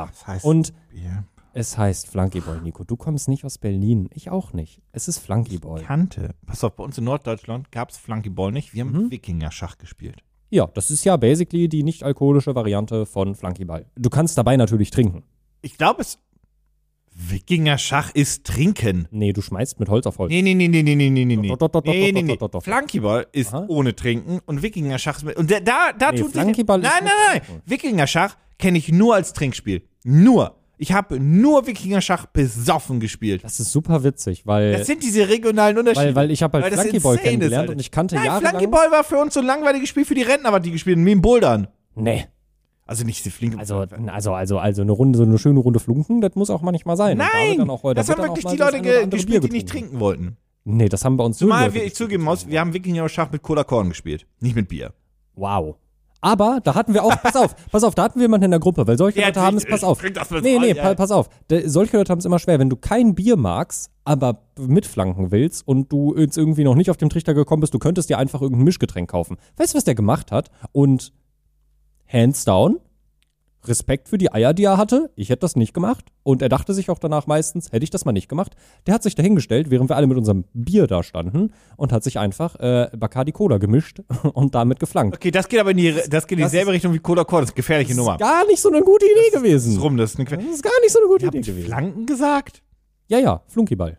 Ah, das heißt und Bier. es heißt Flunkyball, Nico. Du kommst nicht aus Berlin. Ich auch nicht. Es ist Flunkyball. kannte. Pass auf, bei uns in Norddeutschland gab es Flunkyball nicht. Wir Mhm. haben Wikinger-Schach gespielt. Ja, das ist ja basically die nicht-alkoholische Variante von Flunkyball. Du kannst dabei natürlich trinken. Ich glaube, es. Wikinger-Schach ist Trinken. Nee, du schmeißt mit Holz auf Holz. Nee, nee, nee, nee, nee, nee, nee, nee. Doch, doch, doch, doch, Nee, nee, nee. doch, doch, doch, doch. Flunkyball ist Aha. ohne Trinken und Wikinger-Schach ist mit. Und da, da, da Nee, tut sich. Flunkyball ist nein, mit nein, nein. Trinken. Wikinger-Schach kenne ich nur als Trinkspiel. Nur. Ich habe nur Wikinger-Schach besoffen gespielt. Das ist super witzig, weil, Das sind diese regionalen Unterschiede. Äh. weil, weil ich habe halt das Flunkyball insane ist, kennengelernt Alter. und ich kannte Nein, jahrelang... Flunkyball war für uns so ein langweiliges Spiel für die Rentner, was die gespielt haben, wie im Bouldern. Nee, Also nicht die Flinke. also, also, also, also eine Runde, so eine schöne Runde Flunken, das muss auch manchmal sein. Und da wird Nein! dann auch, äh, da das wird haben dann auch wirklich mal die das Leute eine oder ge andere gespielt, Bier die nicht getrunken. trinken wollten. Nee, das haben bei uns nur Zumal Leute wir, ich gespielt. zugeben muss, wir haben Wikinger-Schach mit Cola-Korn gespielt. Nicht mit Bier. Wow. Aber da hatten wir auch, pass auf, pass auf, da hatten wir jemanden in der Gruppe, weil solche Ja, Leute haben es, ich- pass auf. ich krieg das mit nee, nee, rein, pa ey. pass auf. Da, solche Leute haben es immer schwer, wenn du kein Bier magst, aber mitflanken willst und du jetzt irgendwie noch nicht auf dem Trichter gekommen bist, du könntest dir einfach irgendein Mischgetränk kaufen. Weißt du, was der gemacht hat? Und hands down, Respekt für die Eier, die er hatte. Ich hätte das nicht gemacht. Und er dachte sich auch danach meistens, hätte ich das mal nicht gemacht. Der hat sich dahingestellt, während wir alle mit unserem Bier da standen und hat sich einfach äh, Bacardi Cola gemischt und damit geflankt. Okay, das geht aber in die, das geht in Das dieselbe Richtung wie Cola Core, das ist eine gefährliche Nummer. Hm, Gar nicht so eine gute Idee gewesen. Das ist rum, das ist eine das Quelle. ist gar nicht so eine gute Ihr Idee habt gewesen. Flanken gesagt? Ja, ja, Flunkyball.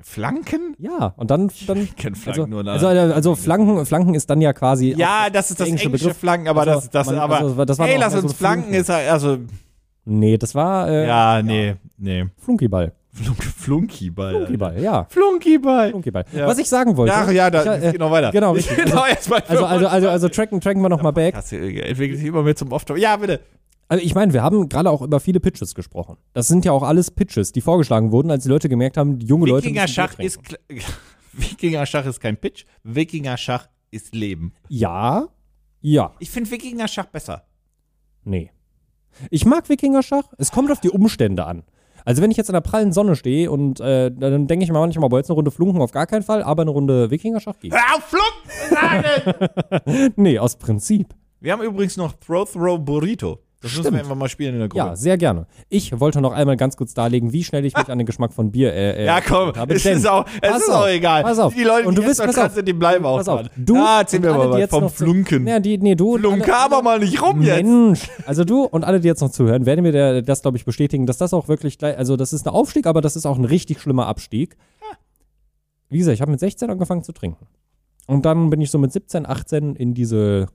Flanken? Ja, und dann. dann kenn Flanken also, nur nach- also, also Flanken, Flanken ist dann ja quasi. Ja, das ist das englische, Flanken, aber Also, das, das, man- aber, also, das war hey, doch lass mehr so uns ein flanken, Fluchen. ist halt- also, Nee, das war äh, ja, nee, nee. Flunkyball. Flunk, Flunkyball. Flunkyball, ja. Flunkyball. Flunkyball. Ja. Was ich sagen wollte. Ach ja, da, ich, es geht noch weiter. genau, richtig. genau, erstmal. Also, also, also, also tracken, tracken wir nochmal back. Hast du entwickelt sich immer mehr zum Off-Top. Ja, bitte. Also ich meine, wir haben gerade auch über viele Pitches gesprochen. Das sind ja auch alles Pitches, die vorgeschlagen wurden, als die Leute gemerkt haben, die junge Leute. müssen Wikinger Schach Bier ist kl- Wikinger Schach ist kein Pitch. Wikinger Schach ist Leben. trinken. Ja. Ja. Ich finde Wikinger Schach besser. Nee. Ich mag Wikinger-Schach. Es kommt auf die Umstände an. Also wenn ich jetzt in der prallen Sonne stehe und äh, dann denke ich mir manchmal, boah, jetzt eine Runde Flunken auf gar keinen Fall, aber eine Runde Wikinger-Schach geht. Hör auf, Flunk zu sagen! nee, aus Prinzip. Wir haben übrigens noch Pro Throw Burrito. Das müssen wir einfach mal spielen in der Gruppe. Ja, sehr gerne. Ich wollte noch einmal ganz kurz darlegen, wie schnell ich mich an den Geschmack von Bier äh, äh, Ja, komm, habe. es Denn- ist auch, es pass ist auf, auch egal. Pass auf. Die Leute, und du die bist, jetzt noch pass dran auf, sind, die bleiben auch pass auf. dran. Du ja, und erzähl mir alle, mal die was jetzt vom noch zu- Flunken. Ja, die, nee, du und alle- Flunker aber mal nicht rum jetzt. Mensch, also du und alle, die jetzt noch zuhören, werden mir der- das, glaube ich, bestätigen, dass das auch wirklich gleich, also das ist ein Aufstieg, aber das ist auch ein richtig schlimmer Abstieg. Wie gesagt, ich habe mit 16 angefangen zu trinken. Und dann bin ich so mit 17, 18 in diese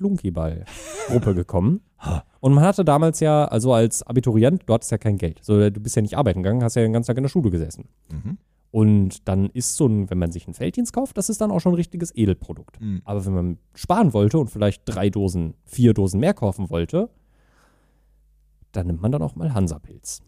Flunkyball-Gruppe gekommen. Und man hatte damals ja, also als Abiturient, du hattest ja kein Geld. So, du bist ja nicht arbeiten gegangen, hast ja den ganzen Tag in der Schule gesessen. Und dann ist so ein, wenn man sich einen Felddienst kauft, das ist dann auch schon ein richtiges Edelprodukt. Mhm. Aber wenn man sparen wollte und vielleicht drei Dosen, vier Dosen mehr kaufen wollte, dann nimmt man dann auch mal Hansapilz.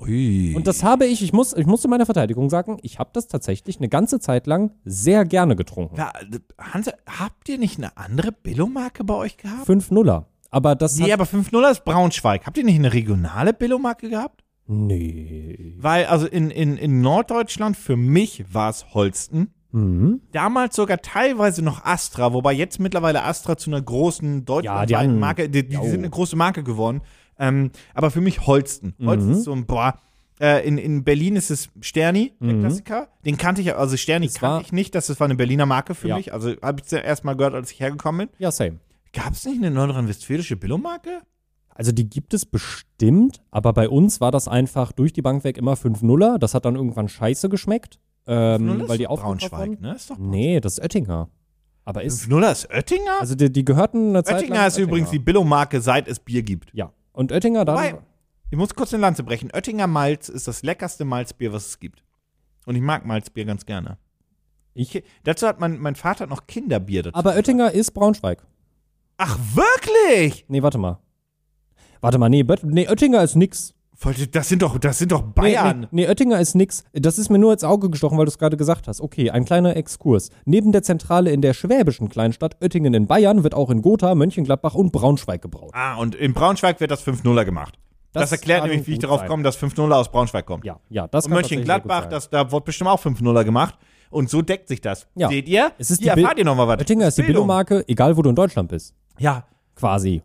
Ui. Und das habe ich, ich muss, ich muss zu meiner Verteidigung sagen, ich habe das tatsächlich eine ganze Zeit lang sehr gerne getrunken. Na, Hans, habt ihr nicht eine andere Billo-Marke bei euch gehabt? Fünf Nuller. Aber das Nee, hat, aber 5-0 ist Braunschweig. Habt ihr nicht eine regionale Billo-Marke gehabt? Nee. Weil, also in, in, in Norddeutschland, für mich war es Holsten. Mhm. Damals sogar teilweise noch Astra, wobei jetzt mittlerweile Astra zu einer großen deutschen Ja, die haben- Marke, die, die, Jau. sind eine große Marke geworden. Ähm, aber für mich Holsten. Mhm. Holsten ist so ein, boah, äh, in, in Berlin ist es Sterni, der Klassiker. Den kannte ich, also Sterni Mhm. Das war- kannte ich nicht, das das war eine Berliner Marke für Ja. mich. Also habe ich es ja erst mal gehört, als ich hergekommen bin. Ja, same. Gab es nicht eine nordrhein-westfälische Billo-Marke? Also die gibt es bestimmt, aber bei uns war das einfach durch die Bank weg immer 5 Nuller. Das hat dann irgendwann scheiße geschmeckt. Ähm, weil die aufgekauft Braunschweig, wurden. ne? Ist doch Nee, das ist Oettinger. Aber ist, 5-0 ist Oettinger? also die, die gehörten eine Zeit Oettinger lang ist übrigens die Billo-Marke, seit es Bier gibt. Ja, und Oettinger dann... Wobei, ich muss kurz eine Lanze brechen. Oettinger Malz ist das leckerste Malzbier, was es gibt. Und ich mag Malzbier ganz gerne. Ich, Dazu hat mein, mein Vater hat noch Kinderbier dazu. aber Oettinger ist Braunschweig. Ach, wirklich? Nee, warte mal. Warte mal, nee, Bött- nee Oettinger ist nix. Wollte- Das sind doch, das sind doch Nee, Bayern. nee, nee, Oettinger ist nix. Das ist mir nur ins Auge gestochen, weil du es gerade gesagt hast. Okay, ein kleiner Exkurs. Neben der Zentrale in der schwäbischen Kleinstadt Oettingen in Bayern wird auch in Gotha, Mönchengladbach und Braunschweig gebraut. Ah, und in Braunschweig wird das 5-0er gemacht. Das Das, erklärt kann nämlich, wie ich gut darauf sein. komme, dass 5-0er aus Braunschweig kommt. Ja, ja, das Und kann tatsächlich Mönchengladbach, sehr gut sein. das, da wird bestimmt auch 5-0er gemacht. Und so deckt sich das. Ja. Seht ihr? Es ist Hier die Bil- erfahrt ihr nochmal was. Oettinger ist die Bildung. Bildungsmarke, egal wo du in Deutschland bist. Ja, Quasi.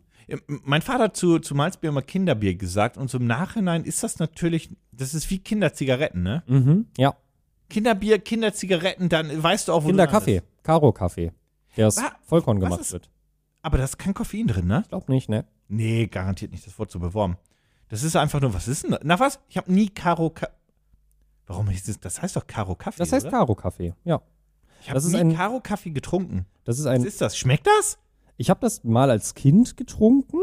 Mein Vater hat zu, zu Malzbier immer Kinderbier gesagt und zum Nachhinein ist das natürlich, das ist wie Kinderzigaretten, ne? Mhm. Ja. Kinderbier, Kinderzigaretten, dann weißt du auch, wo du Kinderkaffee. landest. Karo-Kaffee. Der aus Wa- Vollkorn was gemacht ist- wird. Aber da ist kein Koffein drin, ne? Glaub nicht, ne? Nee, garantiert nicht, das wurde so beworben. Das ist einfach nur, was ist denn das? Na was? Ich habe nie Karo Ka Warum ist das? Das heißt doch Karo Kaffee, Das heißt oder? Karo-Kaffee. Ja. Ich habe das ist nie ein- Karo Kaffee getrunken. Das ist Was ein ist das? Schmeckt das? Ich habe das mal als Kind getrunken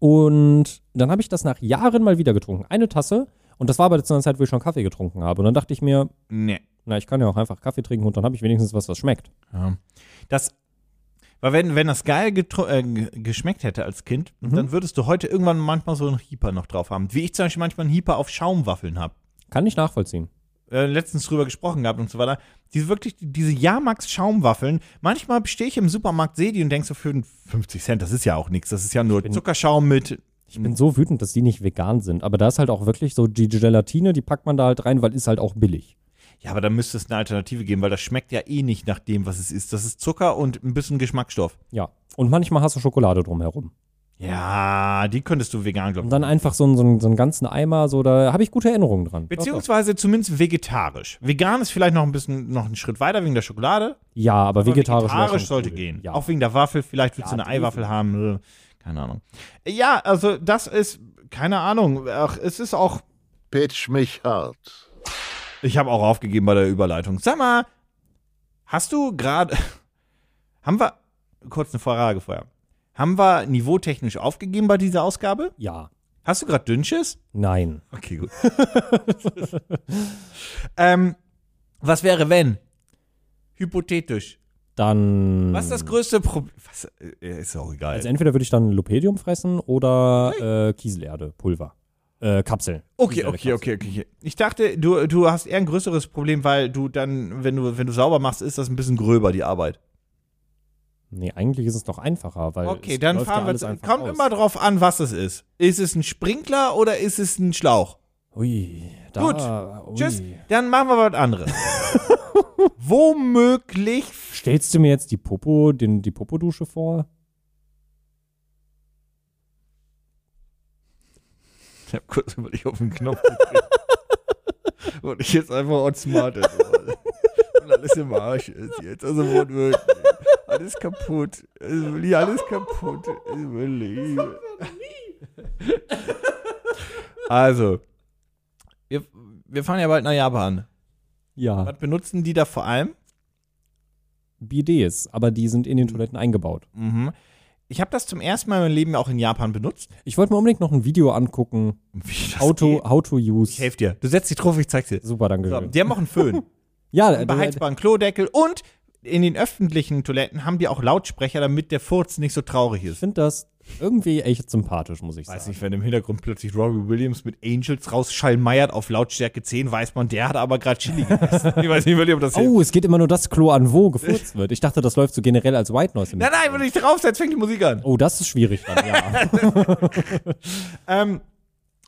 und dann habe ich das nach Jahren mal wieder getrunken. Eine Tasse und das war aber zu einer Zeit, wo ich schon Kaffee getrunken habe. Und dann dachte ich mir, Nee. na, ich kann ja auch einfach Kaffee trinken und dann habe ich wenigstens was, was schmeckt. Ja. Das, weil wenn, wenn das geil getro- äh, ge- geschmeckt hätte als Kind, Mhm. dann würdest du heute irgendwann manchmal so einen Hieper noch drauf haben. Wie ich zum Beispiel manchmal einen Hieper auf Schaumwaffeln habe. Kann ich nachvollziehen. Äh, letztens drüber gesprochen gehabt und so weiter. Diese wirklich, diese Jamax Schaumwaffeln, manchmal stehe ich im Supermarkt, sehe die und denk so für 50 Cent, das ist ja auch nichts, das ist ja nur bin- Zuckerschaum mit. Ich Mhm. bin so wütend, dass die nicht vegan sind. Aber da ist halt auch wirklich so die Gelatine, die packt man da halt rein, weil ist halt auch billig. Ja, aber da müsste es eine Alternative geben, weil das schmeckt ja eh nicht nach dem, was es ist. Das ist Zucker und ein bisschen Geschmacksstoff. Ja. Und manchmal hast du Schokolade drumherum. Ja, die könntest du vegan, glaube Und dann einfach so einen, so einen, so einen ganzen Eimer, so, da habe ich gute Erinnerungen dran. Beziehungsweise zumindest vegetarisch. Vegan ist vielleicht noch ein bisschen noch einen Schritt weiter wegen der Schokolade. ja, aber aber vegetarisch. wär schon sollte cool. gehen. Ja. Auch wegen der Waffel. Vielleicht willst du eine Eiwaffel haben. äh, Keine Ahnung. Ja, also das ist keine Ahnung. Ach, es ist auch. Pitch mich hart. Ich habe auch aufgegeben bei der Überleitung. Sag mal, hast du gerade? Haben wir kurz eine Frage vorher? Haben wir niveautechnisch aufgegeben bei dieser Ausgabe? ja. Hast du gerade Dünnschiss? Nein. Okay, gut. ähm, was wäre, wenn? Hypothetisch. Dann. Was ist das größte Problem? Was, äh, ist auch egal. Hm. Also entweder würde ich dann Lopedium fressen oder äh, Kieselerde, Pulver. Äh, Kapseln. okay, Kieselerde, okay, Kapseln. okay, okay, okay. Ich dachte, du, du hast eher ein größeres Problem, weil du dann, wenn du, wenn du sauber machst, ist das ein bisschen gröber, die Arbeit. Nee, eigentlich ist es noch einfacher, weil. Okay, es dann läuft fahren ja wir alles zu. einfach Kommt aus. immer drauf an, was es ist. Ist es ein Sprinkler oder ist es ein Schlauch? Ui, da, Gut. Ui. Tschüss. Dann machen wir was anderes. Womöglich Stellst du mir jetzt die Popo, den, die Popodusche vor? Ich habe kurz überlegt, auf den Knopf gedrückt. Und ich jetzt einfach on smart ist. Und alles im Arsch ist jetzt. Also wortwörtlich. Alles kaputt. Also wirklich alles kaputt. Also, wirklich. Also, wir, wir fahren ja bald nach Japan. Ja. Was benutzen die da vor allem? Bidets, aber die sind in den Toiletten eingebaut. Mhm. Ich habe das zum ersten Mal in meinem Leben auch in Japan benutzt. Ich wollte mir unbedingt noch ein Video angucken. Wie das Auto, geht. Ich Auto-Use. helfe dir. Du setzt dich drauf, ich zeig's dir. Super, danke So, schön. die haben auch einen Föhn. ja, einen äh, beheizbaren Klodeckel und in den öffentlichen Toiletten haben die auch Lautsprecher, damit der Furz nicht so traurig ich ist. finde das irgendwie echt sympathisch, muss ich Weiß sagen. nicht, wenn im Hintergrund plötzlich Robbie Williams mit Angels rausschallmeiert auf Lautstärke 10, weiß man, der hat aber gerade Chili gegessen. ich weiß nicht, ob das hilft. Oh, es geht immer nur das Klo an, wo gefurzt wird. Ich dachte, das läuft so generell als White Noise. im Nein, nein, wenn du dich draufsetzt, fängt die Musik an. Oh, das ist schwierig dann, ja. Ähm,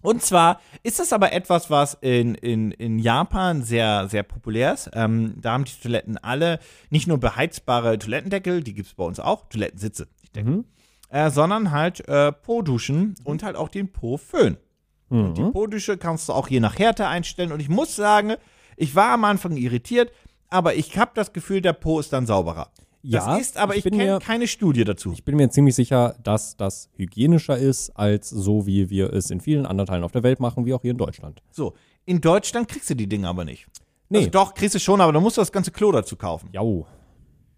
und zwar ist das aber etwas, was in, in, in Japan sehr, sehr populär ist. Ähm, da haben die Toiletten alle nicht nur beheizbare Toilettendeckel, die gibt es bei uns auch, Toilettensitze, die Deckel, Mhm. äh, sondern halt äh, Po-Duschen und halt auch den Po-Föhn. Und die Mhm. Po-Dusche kannst du auch je nach Härte einstellen. Und ich muss sagen, ich war am Anfang irritiert, aber ich habe das Gefühl, der Po ist dann sauberer. Ja, das ist, aber ich, ich bin kenne mir- keine Studie dazu. Ich bin mir ziemlich sicher, dass das hygienischer ist, als so wie wir es in vielen anderen Teilen auf der Welt machen, wie auch hier in Deutschland. So, in Deutschland kriegst du die Dinge aber nicht. Nee. Also doch, kriegst du schon, aber dann musst du das ganze Klo dazu kaufen. Jau.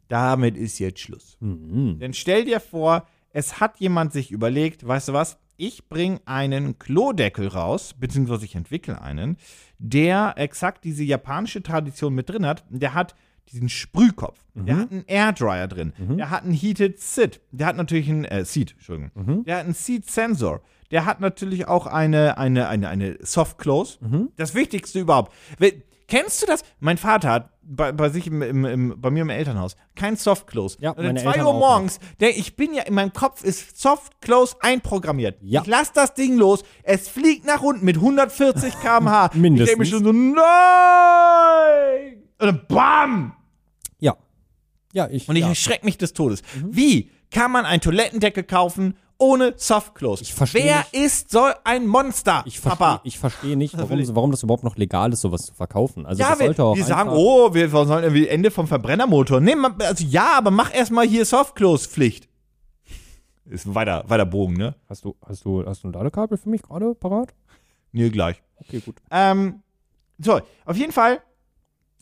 Damit ist jetzt Schluss. Hm. Denn stell dir vor, es hat jemand sich überlegt, weißt du was, ich bringe einen Klodeckel raus, beziehungsweise ich entwickle einen, der exakt diese japanische Tradition mit drin hat. Der hat diesen Sprühkopf, der Mhm. hat einen Airdryer drin, der hat einen Heated Seat, der hat natürlich einen, äh, Seat, Entschuldigung, Mhm. der hat einen Seat-Sensor, der hat natürlich auch eine, eine, eine, eine Soft Close. Mhm. Das Wichtigste überhaupt. Wenn- Kennst du das? Mein Vater hat bei, bei sich im, im, im, bei mir im Elternhaus kein Soft Close. Ja, und um meine 2 Eltern Uhr auch morgens, der, ich bin ja, in meinem Kopf ist Soft Close einprogrammiert. Ja. Ich lass das Ding los, es fliegt nach unten mit 140 km/h. Ich denke mir Mindestens. schon so, nein! Und dann bam! Ja. Ja, ich. Und ich ja. Mhm. erschrecke mich des Todes. Wie kann man einen Toilettendeckel kaufen ohne Softclose? Ich verstehe Wer nicht. ist so ein Monster, ich verstehe Papa? ich verstehe nicht, will warum, warum das überhaupt noch legal ist, sowas zu verkaufen. Also ja, das wir, sollte auch wir sagen, einfach- oh, wir sollen irgendwie Ende vom Verbrennermotor. Nee, man, also ja, aber mach erstmal hier Softclose-Pflicht. Ist ein weiter, weiter Bogen, ne? Hast du, hast du, hast du ein Ladekabel für mich gerade parat? Nee, gleich. Okay, gut. Ähm, so, auf jeden Fall,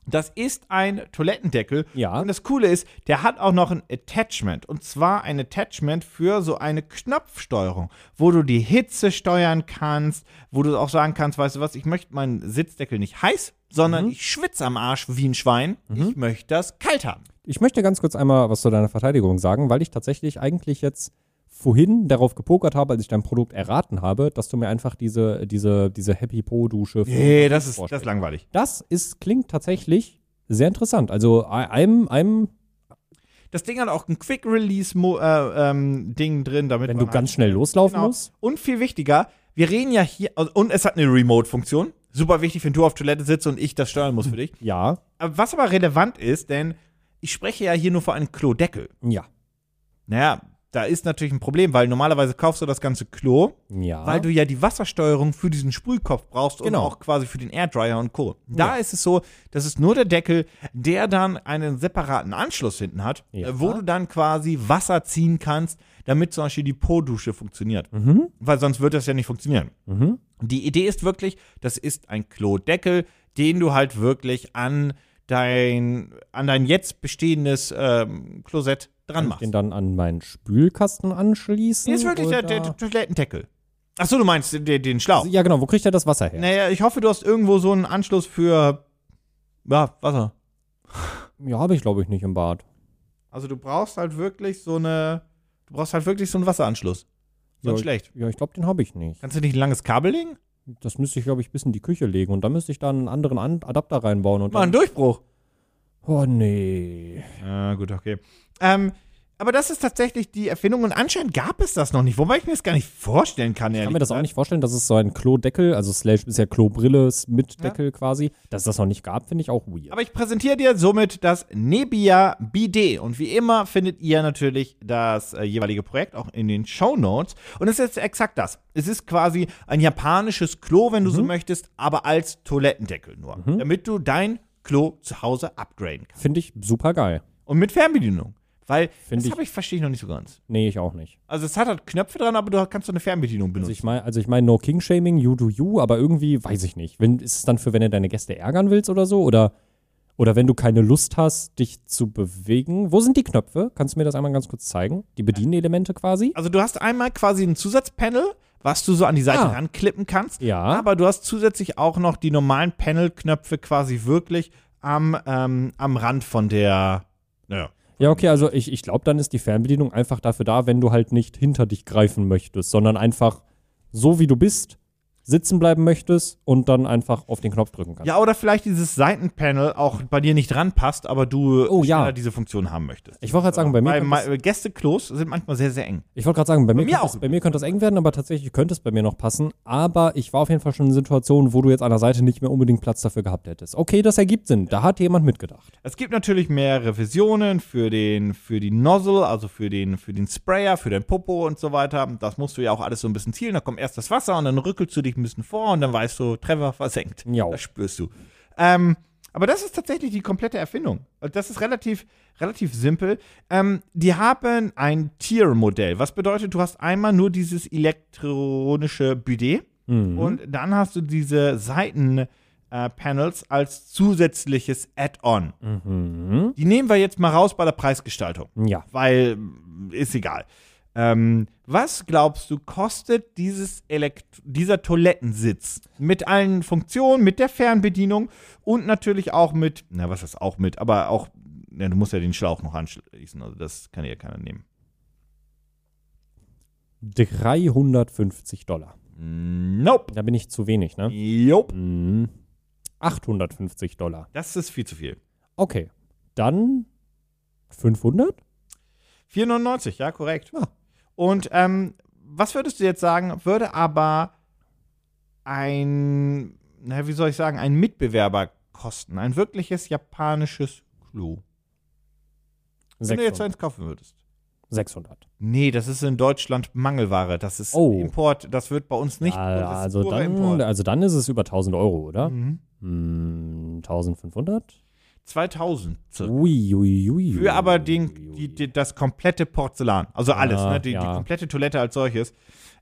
das ist ein Toilettendeckel. Ja. Und das Coole ist, der hat auch noch ein Attachment. Und zwar ein Attachment für so eine Knopfsteuerung, wo du die Hitze steuern kannst, wo du auch sagen kannst, weißt du was, ich möchte meinen Sitzdeckel nicht heiß, sondern Mhm. ich schwitze am Arsch wie ein Schwein. Ich möchte das kalt haben. Ich möchte ganz kurz einmal was zu deiner Verteidigung sagen, weil ich tatsächlich eigentlich jetzt vorhin darauf gepokert habe, als ich dein Produkt erraten habe, dass du mir einfach diese, diese, diese Happy Po Dusche. Nee, das ist, das ist langweilig. Das ist, klingt tatsächlich sehr interessant. Also ei- einem, einem Das Ding hat auch ein Quick-Release-Ding äh, ähm, Ding drin, damit wenn man du ganz schnell loslaufen Genau. musst. Und viel wichtiger, wir reden ja hier, also, und es hat eine Remote-Funktion. Super wichtig, wenn du auf Toilette sitzt und ich das steuern muss für dich. Ja, Aber was aber relevant ist, denn ich spreche ja hier nur vor einem Klodeckel. ja. Naja, da ist natürlich ein Problem, weil normalerweise kaufst du das ganze Klo, Ja. weil du ja die Wassersteuerung für diesen Sprühkopf brauchst Genau. und auch quasi für den Airdryer und Co. Da ist es so, das ist nur der Deckel, der dann einen separaten Anschluss hinten hat, Ja. äh, wo du dann quasi Wasser ziehen kannst, damit zum Beispiel die Po-Dusche funktioniert. Mhm. Weil sonst wird das ja nicht funktionieren. Die Idee ist wirklich, das ist ein Klodeckel, den du halt wirklich an dein, an dein jetzt bestehendes ähm, Klosett dran machst. den dann an meinen Spülkasten anschließen. Nee, ist wirklich der, oder? der, der Toilettendeckel. Achso, du meinst den, den- den Schlauch. Ja, genau. Wo kriegt er das Wasser her? Naja, ich hoffe, du hast irgendwo so einen Anschluss für ja, Wasser. Ja, habe ich, glaube ich, nicht im Bad. Also du brauchst halt wirklich so eine. Du brauchst halt wirklich so einen Wasseranschluss. Sonst ja, schlecht. Ja, ich glaube, den habe ich nicht. Kannst du nicht ein langes Kabel legen? Das müsste ich, glaube ich, bis in die Küche legen. Und dann müsste ich dann einen anderen An Adapter reinbauen. Und Mach einen dann, Durchbruch. oh, nee. Ah, gut, okay. Ähm, aber das ist tatsächlich die Erfindung und anscheinend gab es das noch nicht, wobei ich mir das gar nicht vorstellen kann, ehrlich Ich kann mir das auch gesagt. nicht vorstellen, dass es so ein Klodeckel, also Slash ist ja Klobrille s- mit Deckel quasi, dass es das noch nicht gab, finde ich auch weird. Aber ich präsentiere dir somit das Nebia Bidet. Und wie immer findet ihr natürlich das äh, jeweilige Projekt auch in den Show Notes. Und es ist exakt das. Es ist quasi ein japanisches Klo, wenn du Mhm. so möchtest, aber als Toilettendeckel nur. Damit du dein Klo zu Hause upgraden kannst. Finde ich super geil. Und mit Fernbedienung. Weil Find das ich- habe ich, verstehe ich noch nicht so ganz. Nee, ich auch nicht. Also es hat halt Knöpfe dran, aber du kannst so eine Fernbedienung benutzen. Also ich meine, also ich mein, no King Shaming, you do you, aber irgendwie weiß ich nicht. Wenn, ist es dann für, wenn du deine Gäste ärgern willst oder so? Oder, oder wenn du keine Lust hast, dich zu bewegen? Wo sind die Knöpfe? Kannst du mir das einmal ganz kurz zeigen? Die Bedienelemente quasi? Also du hast einmal quasi ein Zusatzpanel, was du so an die Seite Ah. ranklippen kannst. Ja. Aber du hast zusätzlich auch noch die normalen Panel-Knöpfe quasi wirklich am, ähm, am Rand von der. Naja. Ja, okay, also ich, ich glaube, dann ist die Fernbedienung einfach dafür da, wenn du halt nicht hinter dich greifen möchtest, sondern einfach so wie du bist sitzen bleiben möchtest und dann einfach auf den Knopf drücken kannst. Ja, oder vielleicht dieses Seitenpanel auch bei dir nicht ranpasst, aber du Oh, ja. schneller diese Funktion haben möchtest. Ich wollte gerade sagen, bei mir, Weil könnte es- ma- Gästeklos sind manchmal sehr, sehr eng. ich wollte gerade sagen, bei mir, mir könnte es- auch. bei mir könnte das eng werden, aber tatsächlich könnte es bei mir noch passen. Aber ich war auf jeden Fall schon in Situationen, wo du jetzt an der Seite nicht mehr unbedingt Platz dafür gehabt hättest. Okay, das ergibt Sinn. Da hat jemand mitgedacht. Es gibt natürlich mehrere Versionen für den, für die Nozzle, also für den, für den Sprayer, für den Popo und so weiter. Das musst du ja auch alles so ein bisschen zielen. Da kommt erst das Wasser und dann rückelst du dich ein bisschen vor und dann weißt du, Treffer versenkt. Ja. Das spürst du. Ähm, aber das ist tatsächlich die komplette Erfindung. Und Das ist relativ, relativ simpel. Ähm, die haben ein Tier-Modell, was bedeutet, du hast einmal nur dieses elektronische Bidet und dann hast du diese Seiten. Äh, Panels als zusätzliches Add-on. Die nehmen wir jetzt mal raus bei der Preisgestaltung, Ja. weil mm, ist egal. Ähm, was glaubst du, kostet dieses Elekt dieser Toilettensitz mit allen Funktionen, mit der Fernbedienung und natürlich auch mit, na was ist auch mit, aber auch, ja, du musst ja den Schlauch noch anschließen, also das kann ja keiner nehmen. 350 Dollar. Nope. Da bin ich zu wenig, ne? Jop. Mhm. 850 Dollar. Das ist viel zu viel. Okay. Dann 500? 4,99, ja, korrekt. Ah. Und ähm, was würdest du jetzt sagen, würde aber ein, na, wie soll ich sagen, ein Mitbewerber kosten? Ein wirkliches japanisches Klo. Wenn du jetzt 600. eins kaufen würdest. 600. Nee, das ist in Deutschland Mangelware. Das ist Oh. Import. Das wird bei uns nicht. Ah, das ist also, purer dann, also dann ist es über 1000 Euro, oder? Mhm. Hm, 1500? 2000. circa. Ui, ui, ui. Für aber den, die, die, das komplette Porzellan. Also alles, oh, Ah, ne? die, die ja. komplette Toilette als solches.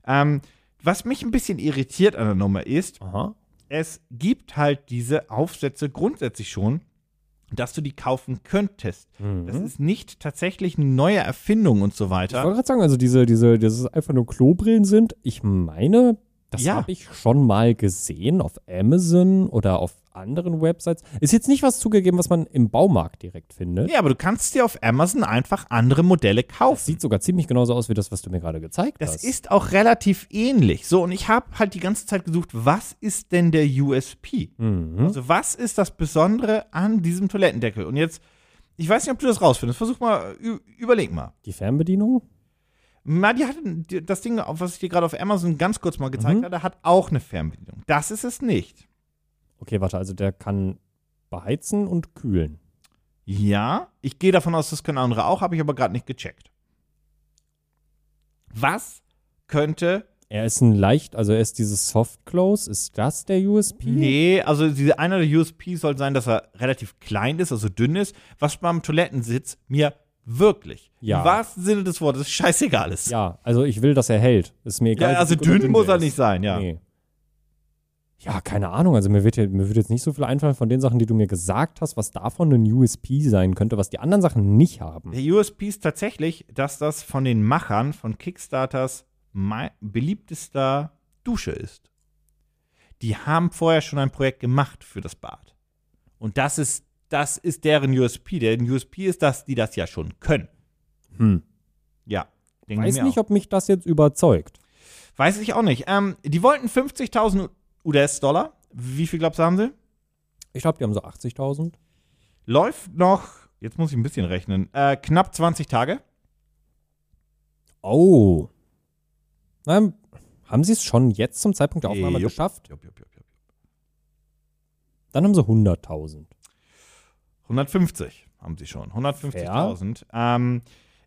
Ähm, was mich ein bisschen irritiert an der Nummer ist, Aha. es gibt halt diese Aufsätze grundsätzlich schon, dass du die kaufen könntest. Das ist nicht tatsächlich eine neue Erfindung und so Ich weiter. wollte gerade sagen, also diese, diese, dass es einfach nur Klobrillen sind. Ich meine, das Ja. habe ich schon mal gesehen auf Amazon oder auf anderen Websites. Ist jetzt nicht was zugegeben, was man im Baumarkt direkt findet. Ja, aber du kannst dir auf Amazon einfach andere Modelle kaufen. Sieht sogar ziemlich genauso aus wie das, was du mir gerade gezeigt Das hast. ist auch relativ ähnlich. So, und ich habe halt die ganze Zeit gesucht, was ist denn der USP? Mhm. Also, was ist das Besondere an diesem Toilettendeckel? Und jetzt, ich weiß nicht, ob du das rausfindest. Versuch mal, ü- überleg mal. die Fernbedienung? Na, die hatten die- das Ding, auf was ich dir gerade auf Amazon ganz kurz mal gezeigt Mhm. hatte, hat auch eine Fernbedienung. Das ist es nicht. Okay, warte, also der kann beheizen und kühlen. Ja, ich gehe davon aus, das können andere auch, habe ich aber gerade nicht gecheckt. Was könnte. Er ist ein leicht, also er ist dieses Soft Close. Ist das der USP? Nee, also diese, einer der USP soll sein, dass er relativ klein ist, also dünn ist, was beim Toilettensitz mir wirklich, Ja. im wahrsten Sinne des Wortes, scheißegal ist. Ja, also ich will, dass er hält. Ist mir egal. Ja, wie also gut oder dünn, muss der er nicht ist. sein, ja. Nee. Ja, keine Ahnung. Also mir wird, hier- mir wird jetzt nicht so viel einfallen von den Sachen, die du mir gesagt hast, was davon ein USP sein könnte, was die anderen Sachen nicht haben. Der USP ist tatsächlich, dass das von den Machern von Kickstarters mei- beliebtester Dusche ist. Die haben vorher schon ein Projekt gemacht für das Bad. Und das ist, das ist deren USP. Deren USP ist, dass die das ja schon können. Hm. Ja. denke ich Weiß mir nicht, auch. ob mich das jetzt überzeugt. Weiß ich auch nicht. Ähm, die wollten 50.000 US-Dollar. Wie viel glaubst du, haben sie? Ich glaube, die haben so 80.000. Läuft noch, jetzt muss ich ein bisschen rechnen, äh, knapp 20 Tage. Oh. Nein, haben sie es schon jetzt zum Zeitpunkt der Aufnahme Jupp. geschafft? Dann haben sie 100.000. 150 haben sie schon. 150.000. Ähm,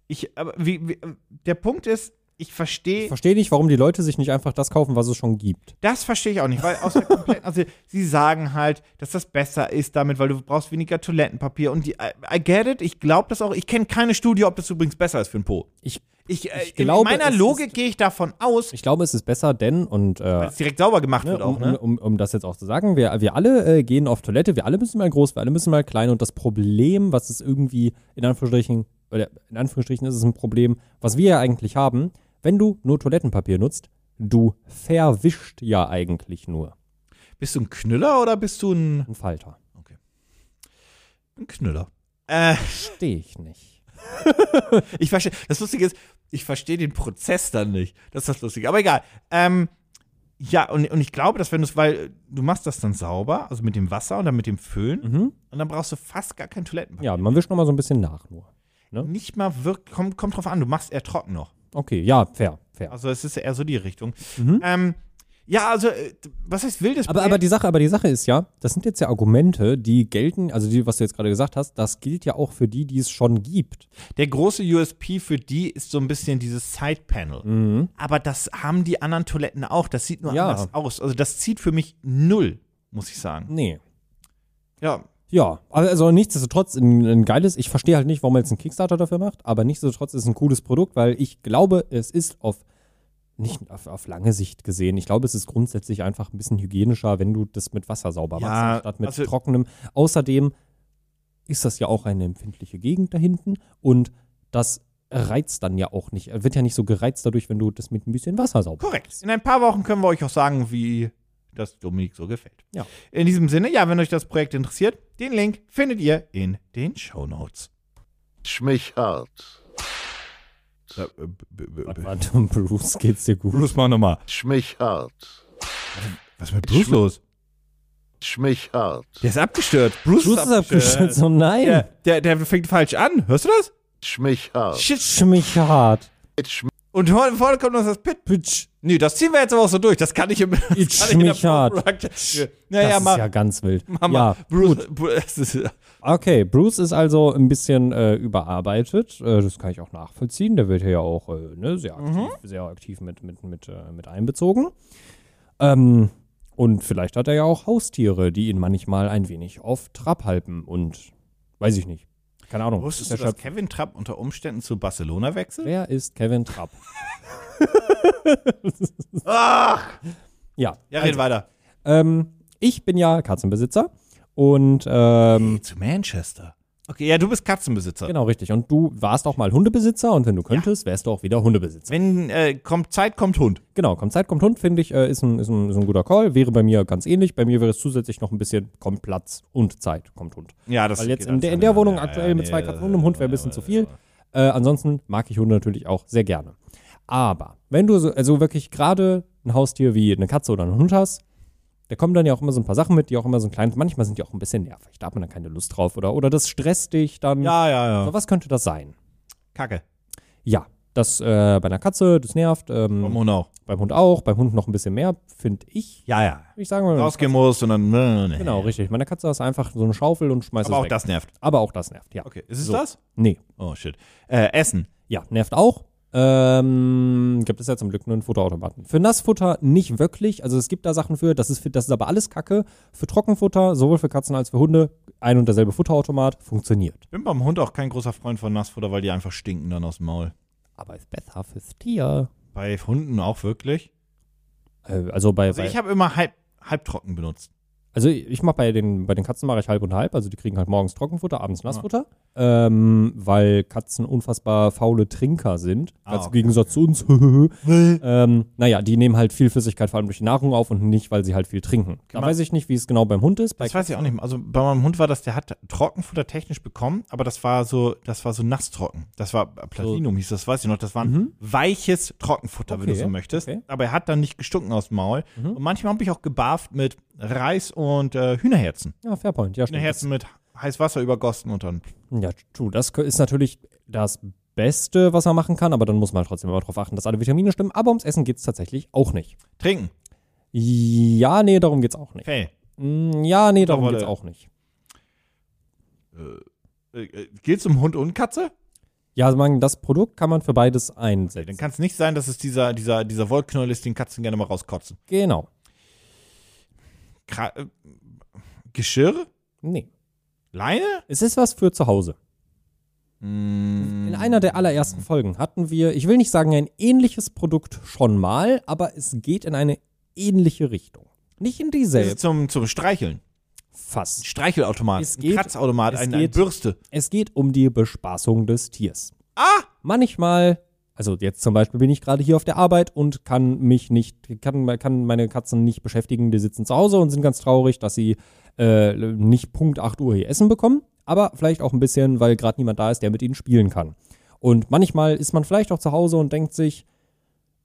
ich, aber wie, wie, der Punkt ist, ich Ich verstehe, verstehe nicht, warum die Leute sich nicht einfach das kaufen, was es schon gibt. das verstehe ich auch nicht, weil aus der kompletten, also sie sagen halt, dass das besser ist damit, weil du brauchst weniger Toilettenpapier und die, I, I get it, ich glaube das auch, ich kenne keine Studie, ob das übrigens besser ist für den Po. Ich, Ich, äh, Ich glaube, in meiner es Logik ist- gehe ich davon aus, ich glaube, es ist besser, denn, und äh, dass es direkt sauber gemacht ne, wird um, auch, ne? um, um, um das jetzt auch zu sagen, wir, wir alle äh, gehen auf Toilette, wir alle müssen mal groß, wir alle müssen mal klein und das Problem, was es irgendwie in Anführungsstrichen, oder in Anführungsstrichen ist es ein Problem, was wir ja eigentlich haben, wenn du nur Toilettenpapier nutzt, du verwischt ja eigentlich nur Bist du ein Knüller oder bist du ein, einen Falter. ein Knüller? Äh, Verstehe ich nicht. Ich verstehe, das Lustige ist, ich verstehe den Prozess dann nicht. Das ist das Lustige. Aber egal. Ähm, ja, und, und ich glaube, dass wenn du es, weil äh, du machst das dann sauber, also mit dem Wasser und dann mit dem Föhn, Mhm. und dann brauchst du fast gar kein Toilettenpapier. Ja, man wischt nochmal so ein bisschen nach nur. ne? Nicht mal wirklich, kommt, kommt drauf an, du machst eher trocken noch. Okay, ja, fair, fair. Also es ist eher so die Richtung. Mhm. Ähm, ja, also, äh, was heißt wildes Aber, Projekt? aber, die Sache, aber die Sache ist ja, das sind jetzt ja Argumente, die gelten, also die, was du jetzt gerade gesagt hast, das gilt ja auch für die, die es schon gibt. Der große USP für die ist so ein bisschen dieses Side-Panel. Aber das haben die anderen Toiletten auch. Das sieht nur Mhm. Ja. anders aus. Also das zieht für mich null, muss ich sagen. Nee. Ja, Ja, aber also nichtsdestotrotz ein, ein geiles, ich verstehe halt nicht, warum man jetzt einen Kickstarter dafür macht, aber nichtsdestotrotz ist es ein cooles Produkt, weil ich glaube, es ist auf nicht auf, auf lange Sicht gesehen. Ich glaube, es ist grundsätzlich einfach ein bisschen hygienischer, wenn du das mit Wasser sauber Ja, machst, anstatt mit also- trockenem. Außerdem ist das ja auch eine empfindliche Gegend da hinten und das reizt dann ja auch nicht, wird ja nicht so gereizt dadurch, wenn du das mit ein bisschen Wasser sauber Korrekt. In ein paar Wochen können wir euch auch sagen, wie das Dominik so gefällt. Ja. In diesem Sinne, ja, wenn euch das Projekt interessiert, den Link findet ihr in den Show Notes. Pitsch mich hart. Warte, warte, Äh, Bruce, geht's dir gut? Bruce, mach nochmal. Pitsch mich hart. Was ist mit Bruce los? Pitsch mich hart. Der ist abgestürzt. Bruce, Bruce ist abgestürzt, oh nein! Der, der, der fängt falsch an. Hörst du das? Pitsch mich hart. Shit. Pitsch mich hart. Pitsch Und vorne, vorne kommt noch das Pit. Pitsch. Nee, das ziehen wir jetzt aber auch so durch. Das kann ich im. das Itch kann ich in der mich hart. Vorbereitung- das Naja, ist Ma- ja ganz wild. Mama. Ja, Bruce. Bruce das ist, okay, Bruce ist also ein bisschen äh, überarbeitet. Äh, das kann ich auch nachvollziehen. Der wird hier ja auch äh, ne, sehr aktiv, Mhm. sehr aktiv mit, mit, mit, äh, mit einbezogen. Ähm, und vielleicht hat er ja auch Haustiere, die ihn manchmal ein wenig auf Trab halten. Und weiß ich nicht. Keine Ahnung. Wusstest Ist du, der dass Chef- Kevin Trapp unter Umständen zu Barcelona wechselt? Wer ist Kevin Trapp? Ach! ja. Also, Ja, red weiter. Ähm, ich bin ja Katzenbesitzer. Und ähm, Zu Manchester. Okay, ja, du bist Katzenbesitzer. Genau, richtig. Und du warst auch mal Hundebesitzer und wenn du könntest, wärst du auch wieder Hundebesitzer. Wenn äh, kommt Zeit, kommt Hund. Genau, kommt Zeit, kommt Hund, finde ich, äh, ist, ein, ist, ein, ist ein guter Call. Wäre bei mir ganz ähnlich. Bei mir wäre es zusätzlich noch ein bisschen, kommt Platz und Zeit, kommt Hund. Ja, das Weil jetzt geht in der, in der Wohnung aktuell mit zwei Katzen und einem Hund wäre ein bisschen zu viel. Äh, ansonsten mag ich Hunde natürlich auch sehr gerne. Aber wenn du so, also wirklich gerade ein Haustier wie eine Katze oder einen Hund hast, da kommen dann ja auch immer so ein paar Sachen mit, die auch immer so ein kleines, manchmal sind die auch ein bisschen nervig, da hat man dann keine Lust drauf oder, oder das stresst dich dann. Ja, ja, ja. So, was könnte das sein? Kacke. Ja, das äh, bei einer Katze, das nervt. Ähm, Vom Hund auch. Beim Hund auch, beim Hund noch ein bisschen mehr, finde ich. Ja, ja. Würde ich sagen, weil Rausgehen musst und dann. ne, ne, ne. genau, richtig. Meine Katze ist einfach so eine Schaufel und schmeißt Aber es auch weg. das nervt. Aber auch das nervt, ja. Okay, ist es So. das? Nee. Oh shit. Äh, Essen. Ja, nervt auch. Ähm, gibt es ja zum Glück nur einen Futterautomaten. Für Nassfutter nicht wirklich. Also es gibt da Sachen für, das ist, für- das ist aber alles Kacke. Für Trockenfutter, sowohl für Katzen als für Hunde, ein und derselbe Futterautomat funktioniert. Bin beim Hund auch kein großer Freund von Nassfutter, weil die einfach stinken dann aus dem Maul. Aber ist besser fürs Tier. Bei Hunden auch wirklich. Äh, also bei, Also bei ich habe immer halb, halbtrocken benutzt. Also ich mache bei den, bei den Katzen mache ich halb und halb. Also die kriegen halt morgens Trockenfutter, abends Nassfutter. Ähm, weil Katzen unfassbar faule Trinker sind. Ah, Ganz im okay, Gegensatz zu uns. ähm, naja, die nehmen halt viel Flüssigkeit vor allem durch die Nahrung auf und nicht, weil sie halt viel trinken. Da man- weiß ich nicht, wie es genau beim Hund ist. Bei Das weiß ich auch nicht mehr. Also bei meinem Hund war das, der hat Trockenfutter technisch bekommen, aber das war so, das war so nasstrocken. Das war Platinum hieß das, weiß ich noch. Das war ein weiches Trockenfutter, wenn du Mhm. Okay, so möchtest. okay. Mhm. Aber er hat dann nicht gestunken aus dem Maul. Und manchmal habe ich auch gebarft mit Reis und äh, Hühnerherzen. ja, Fairpoint. Ja, stimmt. Hühnerherzen mit heiß Wasser übergossen und dann. Ja, true. Das kö- ist natürlich das Beste, was man machen kann. Aber dann muss man trotzdem immer darauf achten, dass alle Vitamine stimmen. Aber ums Essen geht's tatsächlich auch nicht. Trinken. Ja, nee, darum geht's auch nicht. Okay. Mm, Ja, nee, darum Rolle. geht's auch nicht. Äh, äh, geht's um Hund und Katze? Ja, also man, das Produkt kann man für beides Dann einsetzen. kann es nicht sein, dass es dieser, dieser, dieser Wollknäuel ist, den Katzen gerne mal rauskotzen. genau. Kra äh, Geschirr? Nee. Leine? Es ist was für zu Hause. Mm, In einer der allerersten Folgen hatten wir, ich will nicht sagen ein ähnliches Produkt schon mal, aber es geht in eine ähnliche Richtung. Nicht in ist dieselbe. zum, zum Streicheln. Ein Fast. Streichelautomat. Es geht- ein Kratzautomat, es ein, eine geht- Bürste. Es geht um die Bespaßung des Tiers. Ah! Manchmal, also jetzt zum Beispiel bin ich gerade hier auf der Arbeit und kann mich nicht, kann, kann meine Katzen nicht beschäftigen. Die sitzen zu Hause und sind ganz traurig, dass sie äh, nicht Punkt 8 Uhr ihr Essen bekommen. Aber vielleicht auch ein bisschen, weil gerade niemand da ist, der mit ihnen spielen kann. Und manchmal ist man vielleicht auch zu Hause und denkt sich,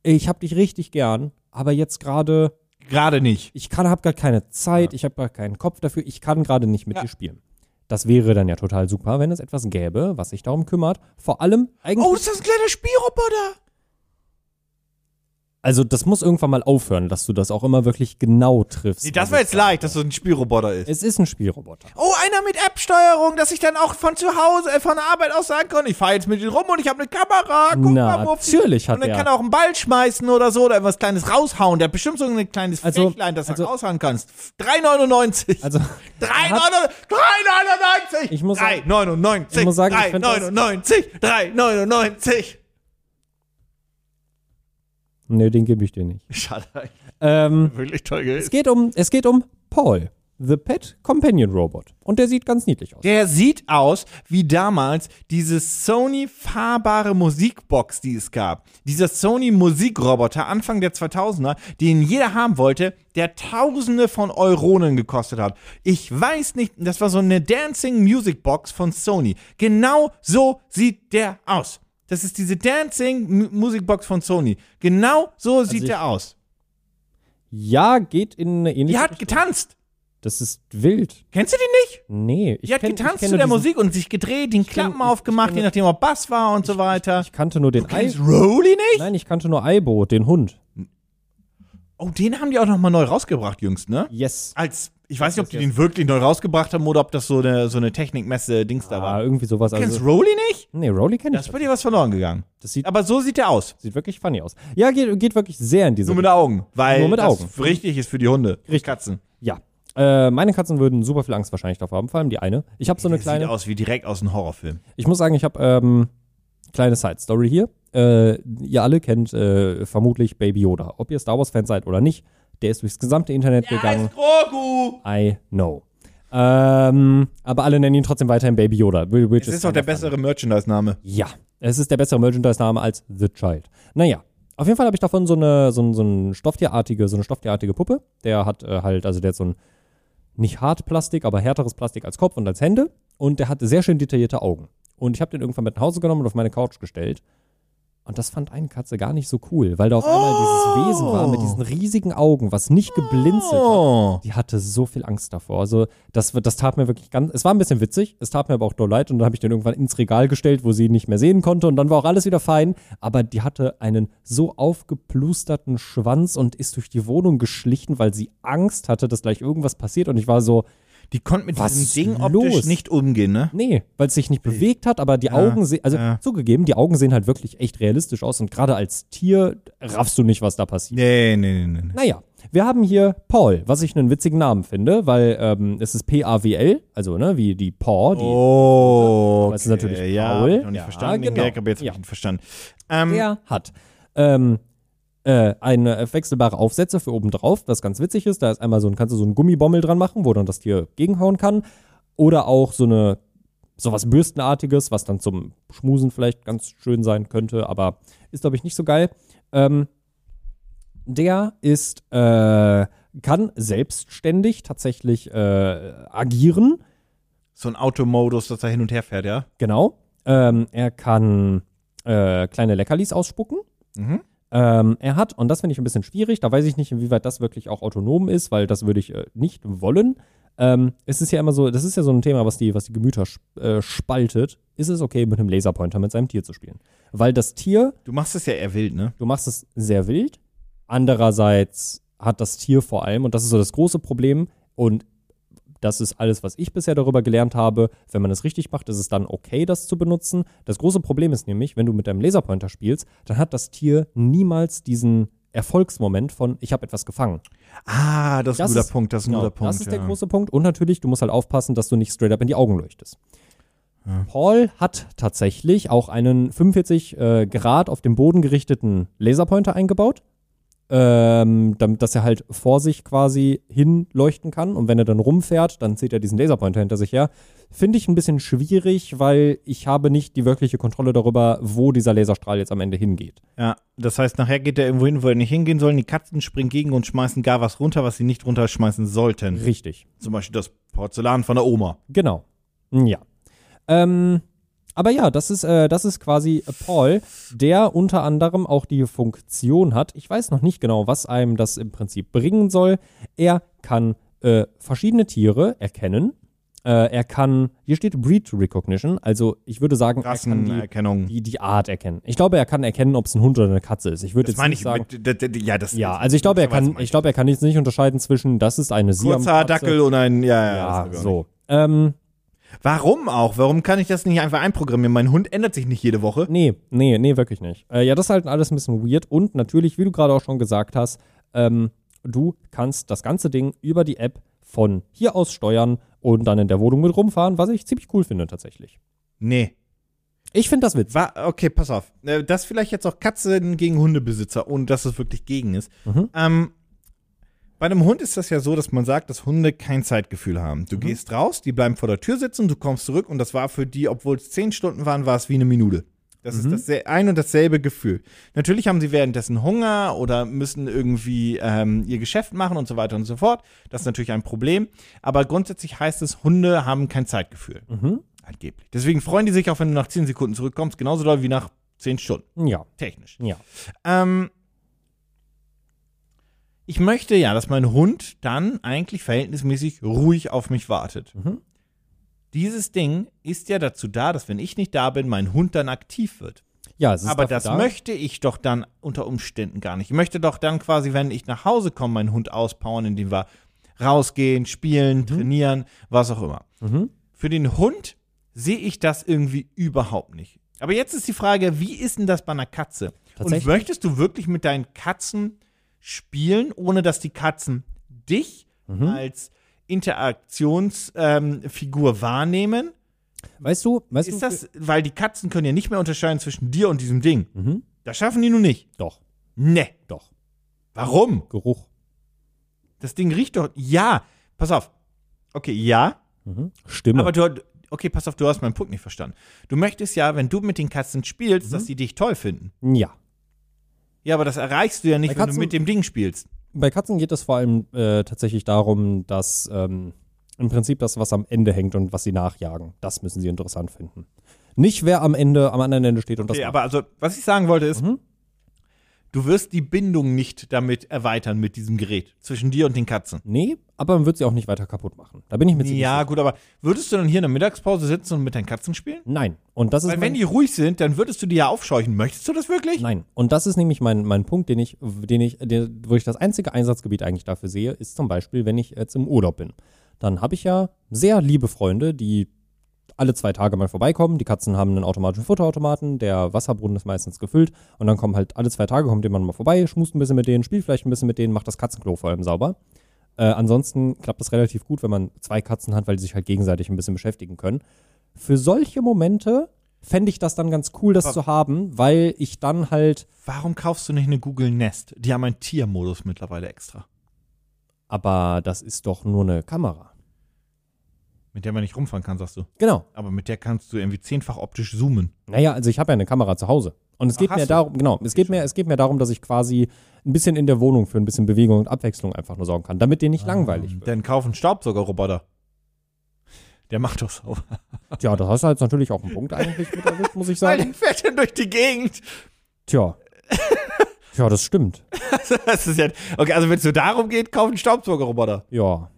ich hab dich richtig gern, aber jetzt gerade Gerade nicht. ich kann, habe gerade keine Zeit, ich habe gerade keinen Kopf dafür, ich kann gerade nicht mit Ja. dir spielen. Das wäre dann ja total super, wenn es etwas gäbe, was sich darum kümmert. Vor allem eigentlich. Oh, das ein kleiner Spielroboter? also das muss irgendwann mal aufhören, dass du das auch immer wirklich genau triffst. Nee, das was war es jetzt da- leicht, dass es ein Spielroboter ist. Es ist ein Spielroboter. Oh, einer mit App-Steuerung, dass ich dann auch von zu Hause, äh, von der Arbeit aus sagen kann, ich fahre jetzt mit ihm rum und ich habe eine Kamera. Guck Na, mal, Wupsi. natürlich hat Und dann er. kann er auch einen Ball schmeißen oder so oder etwas Kleines raushauen. Der hat bestimmt so ein kleines Also- Fächlein, das also- du raushauen kannst. 3,99. Also 3,99. Ich muss sagen- 3,99. ich muss sagen, ich find das- 3,99. 3,99. nee, den gebe ich dir nicht. Schade, eigentlich Ähm, wirklich toll es gewesen. geht um, es geht um Paul, the Pet Companion Robot, und der sieht ganz niedlich aus. Der sieht aus wie damals diese Sony fahrbare Musikbox, die es gab. Dieser Sony Musikroboter Anfang der 2000er, den jeder haben wollte, der Tausende von Euronen gekostet hat. Ich weiß nicht, das war so eine Dancing Music Box von Sony. Genau so sieht der aus. Das ist diese Dancing Mu- Music Box von Sony. Genau so sieht ich- der aus. Ja, geht in eine ähnliche. Die hat getanzt. das ist wild. Kennst du die nicht? Nee, ich Die hat kenn- ich getanzt kenne zu der diesen- Musik und sich gedreht, den Klappen ich- aufgemacht, ich je nachdem, ob Bass war und so weiter. Ich kannte nur den Ei. Kennst Rowley nicht? Nein, ich kannte nur Aibo, den Hund. Oh, den haben die auch nochmal neu rausgebracht, jüngst, ne? Yes. Als, ich weiß nicht, ob die den wirklich neu rausgebracht haben oder ob das so eine, so eine Technikmesse-Dings da Ah, war. irgendwie sowas. Du kennst Also, Rowley nicht? nee, Rowley kenne Da ich. ist bei dir was verloren gegangen. Das sieht, Aber so sieht der aus. sieht wirklich funny aus. Ja, geht, geht wirklich sehr in diese Nur mit Augen. Weil Nur mit das Augen. richtig ist für die Hunde. Richtig. Katzen. Ja. Äh, meine Katzen würden super viel Angst wahrscheinlich davor haben, vor allem die eine. Ich habe so eine der kleine. sieht aus wie direkt aus einem Horrorfilm. Ich muss sagen, ich habe ähm, kleine Side Story hier. Äh, ihr alle kennt äh, vermutlich Baby Yoda. Ob ihr Star Wars Fans seid oder nicht, der ist durchs gesamte Internet gegangen. Grogu! I know. Ähm, aber alle nennen ihn trotzdem weiterhin Baby Yoda. Das ist doch der bessere Merchandise-Name. Ja, es ist der bessere Merchandise-Name als The Child. Naja, auf jeden Fall habe ich davon so eine, so, ein- so ein stofftierartige, so eine stofftierartige Puppe. Der hat äh, halt, also der hat so ein nicht Hartplastik, aber härteres Plastik als Kopf und als Hände. Und der hatte sehr schön detaillierte Augen. Und ich habe den irgendwann mit nach Hause genommen und auf meine Couch gestellt. Und das fand eine Katze gar nicht so cool, weil da auf einmal dieses Wesen war mit diesen riesigen Augen, was nicht geblinzelt hat. Oh. Die hatte so viel Angst davor. Also, das, wird- das tat mir wirklich ganz. Es war ein bisschen witzig, es tat mir aber auch doll leid. Und dann habe ich den irgendwann ins Regal gestellt, wo sie ihn nicht mehr sehen konnte. Und dann war auch alles wieder fein. Aber die hatte einen so aufgeplusterten Schwanz und ist durch die Wohnung geschlichen, weil sie Angst hatte, dass gleich irgendwas passiert. Und ich war so, Die konnten mit Was diesem Ding ist optisch los? nicht umgehen, ne? Nee, weil es sich nicht bewegt hat, aber die Augen sehen, also ja. zugegeben, die Augen sehen halt wirklich echt realistisch aus und gerade als Tier raffst du nicht, was da passiert. Nee, nee, nee, nee. nee. Naja, wir haben hier Paul, was ich einen witzigen Namen finde, weil ähm, es ist P-A-W-L, also ne, wie die Paw, die Oh, Aber es ist natürlich ja, faul. hab ich noch nicht Ja, verstanden, den genau. Gag, aber jetzt hab Ja. ich ihn verstanden. Ähm, der hat. Ähm, äh, eine wechselbare Aufsätze für obendrauf, was ganz witzig ist. Da ist einmal so ein, kannst du so einen Gummibommel dran machen, wo dann das Tier gegenhauen kann. Oder auch so eine, sowas Bürstenartiges, was dann zum Schmusen vielleicht ganz schön sein könnte, aber ist, glaube ich, nicht so geil. Ähm, der ist, äh, kann selbstständig tatsächlich äh, agieren. So ein Automodus, dass er hin und her fährt, ja? Genau. Ähm, er kann äh, kleine Leckerlis ausspucken. Mhm. Ähm, er hat, und das finde ich ein bisschen schwierig, da weiß ich nicht, inwieweit das wirklich auch autonom ist, weil das würde ich äh, nicht wollen. Ähm, es ist ja immer so, das ist ja so ein Thema, was die, was die Gemüter sp äh, spaltet. Ist es okay, mit einem Laserpointer mit seinem Tier zu spielen? Weil das Tier, Du machst es ja eher wild, ne? du machst es sehr wild. Andererseits hat das Tier vor allem, und das ist so das große Problem, und das ist alles, was ich bisher darüber gelernt habe. Wenn man es richtig macht, ist es dann okay, das zu benutzen. Das große Problem ist nämlich, wenn du mit deinem Laserpointer spielst, dann hat das Tier niemals diesen Erfolgsmoment von, ich habe etwas gefangen. Ah, das ist ein Das guter ist- Punkt, das ist ein Genau, guter Punkt. das ist ja. der große Punkt. Und natürlich, du musst halt aufpassen, dass du nicht straight up in die Augen leuchtest. Paul hat tatsächlich auch einen 45 äh, Grad auf dem Boden gerichteten Laserpointer eingebaut, ähm, damit, dass er halt vor sich quasi hinleuchten kann. Und wenn er dann rumfährt, dann zieht er diesen Laserpointer hinter sich her. Finde ich ein bisschen schwierig, weil ich habe nicht die wirkliche Kontrolle darüber, wo dieser Laserstrahl jetzt am Ende hingeht. Ja, das heißt, nachher geht er irgendwo hin, wo er nicht hingehen soll. Die Katzen springen gegen und schmeißen gar was runter, was sie nicht runterschmeißen sollten. Richtig. Zum Beispiel das Porzellan von der Oma. Genau. Ja. Ähm, aber ja, das ist, äh, das ist quasi äh, Paul, der unter anderem auch die Funktion hat. Ich weiß noch nicht genau, was einem das im Prinzip bringen soll. Er kann äh, verschiedene Tiere erkennen. Äh, er kann, hier steht Breed Recognition, also ich würde sagen, er kann die, Rassenerkennung. die, die Art erkennen. Ich glaube, er kann erkennen, ob es ein Hund oder eine Katze ist. Ich würde Das jetzt meine nicht ich sagen. mit. d- d- d- Ja, das ja, also ich glaube, er kann, ich glaube, er kann jetzt nicht unterscheiden zwischen, das ist eine Siam. Kurzer Dackel und ein. Ja, ja, das Ja, glaube ich auch so. Ähm, nicht. Warum auch? Warum kann ich das nicht einfach einprogrammieren? Mein Hund ändert sich nicht jede Woche. Nee, nee, nee, wirklich nicht. Äh, ja, das ist halt alles ein bisschen weird und natürlich, wie du gerade auch schon gesagt hast, ähm, du kannst das ganze Ding über die App von hier aus steuern und dann in der Wohnung mit rumfahren, was ich ziemlich cool finde tatsächlich. Nee. Ich finde das witzig. Wa- okay, pass auf. Äh, Das vielleicht jetzt auch Katzen gegen Hundebesitzer, ohne dass es wirklich gegen ist. Mhm. Ähm, bei einem Hund ist das ja so, dass man sagt, dass Hunde kein Zeitgefühl haben. Du gehst raus, die bleiben vor der Tür sitzen, du kommst zurück und das war für die, obwohl es zehn Stunden waren, war es wie eine Minute. Das ist das se- ein und dasselbe Gefühl. Natürlich haben sie währenddessen Hunger oder müssen irgendwie ähm, ihr Geschäft machen und so weiter und so fort. Das ist natürlich ein Problem. Aber grundsätzlich heißt es, Hunde haben kein Zeitgefühl. Angeblich. Deswegen freuen die sich auch, wenn du nach zehn Sekunden zurückkommst, genauso doll wie nach zehn Stunden. Ja, Technisch. ja. Ähm, ich möchte ja, dass mein Hund dann eigentlich verhältnismäßig ruhig auf mich wartet. Mhm. Dieses Ding ist ja dazu da, dass wenn ich nicht da bin, mein Hund dann aktiv wird. Ja, es ist Aber dafür das da. möchte ich doch dann unter Umständen gar nicht. Ich möchte doch dann quasi, wenn ich nach Hause komme, meinen Hund auspowern, indem wir rausgehen, spielen, trainieren, was auch immer. Mhm. Für den Hund sehe ich das irgendwie überhaupt nicht. Aber jetzt ist die Frage, wie ist denn das bei einer Katze? Und Tatsächlich? möchtest du wirklich mit deinen Katzen spielen, ohne dass die Katzen dich Mhm. als Interaktionsfigur ähm, Figur wahrnehmen? Weißt du, weißt Ist du, das, weil die Katzen können ja nicht mehr unterscheiden zwischen dir und diesem Ding. Mhm. Das schaffen die nun nicht. Doch, Ne. doch. Warum? Geruch. Das Ding riecht doch. Ja. Pass auf. Okay, ja. Mhm. Stimme. Aber du. Okay, pass auf, du hast meinen Punkt nicht verstanden. Du möchtest ja, wenn du mit den Katzen spielst, Mhm. dass die dich toll finden. ja. Ja, aber das erreichst du ja nicht, Bei wenn du Katzen- mit dem Ding spielst. Bei Katzen geht es vor allem äh, tatsächlich darum, dass ähm, im Prinzip das, was am Ende hängt und was sie nachjagen, das müssen sie interessant finden. Nicht wer am Ende, am anderen Ende steht und Okay, das aber also, was ich sagen wollte ist, Mhm. du wirst die Bindung nicht damit erweitern mit diesem Gerät zwischen dir und den Katzen. Nee, aber man wird sie auch nicht weiter kaputt machen. Da bin ich mir ziemlich Ja, sicher. gut, aber würdest du dann hier in der Mittagspause sitzen und mit deinen Katzen spielen? Nein. Und das ist Weil mein, wenn die ruhig sind, dann würdest du die ja aufscheuchen. Möchtest du das wirklich? Nein. Und das ist nämlich mein, mein Punkt, den ich, den ich, der- wo ich das einzige Einsatzgebiet eigentlich dafür sehe, ist zum Beispiel, wenn ich jetzt im Urlaub bin. dann habe ich ja sehr liebe Freunde, die alle zwei Tage mal vorbeikommen. Die Katzen haben einen automatischen Futterautomaten, der Wasserbrunnen ist meistens gefüllt und dann kommen halt alle zwei Tage kommt jemand mal vorbei, schmust ein bisschen mit denen, spielt vielleicht ein bisschen mit denen, macht das Katzenklo vor allem sauber. Äh, ansonsten klappt das relativ gut, wenn man zwei Katzen hat, weil die sich halt gegenseitig ein bisschen beschäftigen können. Für solche Momente fände ich das dann ganz cool, das zu haben, weil ich dann halt, Warum kaufst du nicht eine Google Nest? Die haben einen Tiermodus mittlerweile extra, aber das ist doch nur eine Kamera. mit der man nicht rumfahren kann, sagst du. Genau. Aber mit der kannst du irgendwie zehnfach optisch zoomen. Naja, also ich habe ja eine Kamera zu Hause. Und es Ach, geht hast mir du? darum, genau, es geht mir, es geht mir darum, dass ich quasi ein bisschen in der Wohnung für ein bisschen Bewegung und Abwechslung einfach nur sorgen kann, damit dir Ah. nicht langweilig wird. Dann kauf einen Staubsaugerroboter. Der macht doch sauber. Tja, das hast du jetzt natürlich auch einen Punkt eigentlich mit erwischt, muss ich sagen. fährt dann durch die Gegend. Tja. Tja, das stimmt. Das ist ja. Okay, also wenn es so darum geht, kauf einen Staubsaugerroboter. Ja.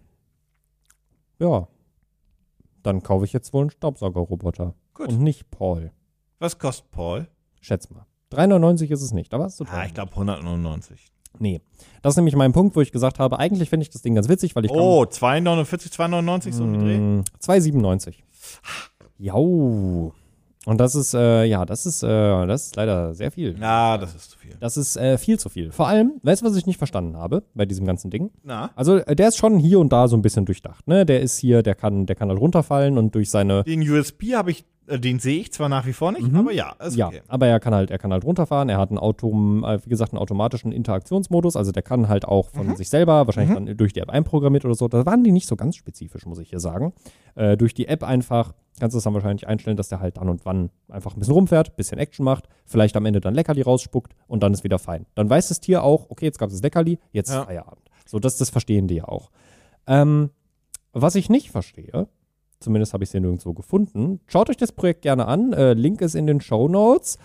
Ja. Dann kaufe ich jetzt wohl einen Staubsaugerroboter. Gut. Und nicht Paul. Was kostet Paul? Schätz mal. 3,99 ist es nicht, aber hast du Ah, ich glaube 199. Nee. Das ist nämlich mein Punkt, wo ich gesagt habe, eigentlich finde ich das Ding ganz witzig, weil ich kann- Oh, 249, 299 so im Dreh. Mm, 2,97. Jau. Und das ist, äh, ja, das ist, äh, das ist leider sehr viel. Na, das ist zu viel. Das ist äh, viel zu viel. Vor allem, weißt du, was ich nicht verstanden habe bei diesem ganzen Ding? Na, Also, äh, der ist schon hier und da so ein bisschen durchdacht, ne? Der ist hier, der kann, der kann halt runterfallen und durch seine den USB habe ich, äh, den sehe ich zwar nach wie vor nicht, aber Mhm. ja, ist Ja, okay. aber er kann halt, er kann halt runterfahren. Er hat einen Autom, äh, wie gesagt, einen automatischen Interaktionsmodus. Also der kann halt auch von Mhm. sich selber, wahrscheinlich dann durch die App einprogrammiert oder so. Da waren die nicht so ganz spezifisch, muss ich hier sagen. Äh, durch die App einfach kannst du es dann wahrscheinlich einstellen, dass der halt dann und wann einfach ein bisschen rumfährt, bisschen Action macht, vielleicht am Ende dann Leckerli rausspuckt und dann ist wieder fein. Dann weiß das Tier auch, okay, jetzt gab es das Leckerli, jetzt Ja. ist Feierabend. So, das, das verstehen die ja auch. Ähm, was ich nicht verstehe, zumindest habe ich es hier nirgendwo gefunden, schaut euch das Projekt gerne an. Äh, Link ist in den Show Notes.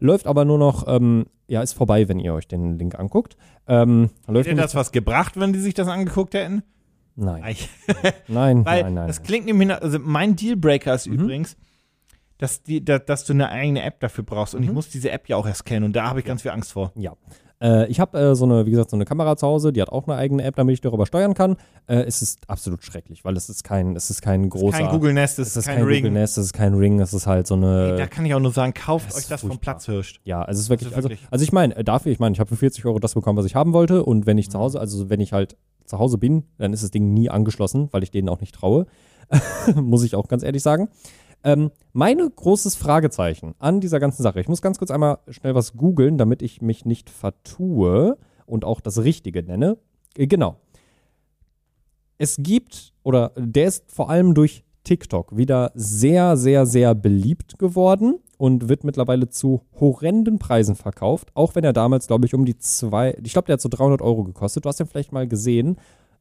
Läuft aber nur noch, ähm, ja, ist vorbei, wenn ihr euch den Link anguckt. Ähm, läuft Hätte denen nämlich- das was gebracht, wenn die sich das angeguckt hätten? Nein, Eigentlich nein, Weil nein, Mhm. nein. das klingt nämlich, nach- also mein Dealbreaker ist übrigens, dass, die, da, dass du eine eigene App dafür brauchst. Und ich muss diese App ja auch erst kennen. Und da habe ich ganz viel Angst vor. Mhm. Ja. Äh, ich habe äh, so eine, wie gesagt, so eine Kamera zu Hause, die hat auch eine eigene App, damit ich darüber steuern kann. Äh, es ist absolut schrecklich, weil es ist kein, es ist kein großer. Kein Google Nest, das es ist ist kein, kein, Ring. Google Nest, es ist kein Ring, es ist halt so eine. da kann ich auch nur sagen, kauft das euch ist das vom furchtbar. Platz hirscht. Ja, also es ist wirklich, Also also, wirklich. also ich meine, äh, dafür, ich meine, ich habe für 40 Euro das bekommen, was ich haben wollte und wenn ich Mhm. zu Hause, also wenn ich halt zu Hause bin, dann ist das Ding nie angeschlossen, weil ich denen auch nicht traue, muss ich auch ganz ehrlich sagen. Ähm, meine großes Fragezeichen an dieser ganzen Sache, ich muss ganz kurz einmal schnell was googeln, damit ich mich nicht vertue und auch das Richtige nenne. Äh, genau. Es gibt, oder der ist vor allem durch TikTok wieder sehr, sehr, sehr beliebt geworden und wird mittlerweile zu horrenden Preisen verkauft, auch wenn er damals, glaube ich, um die zwei, ich glaube, der hat so 300 Euro gekostet. Du hast den vielleicht mal gesehen,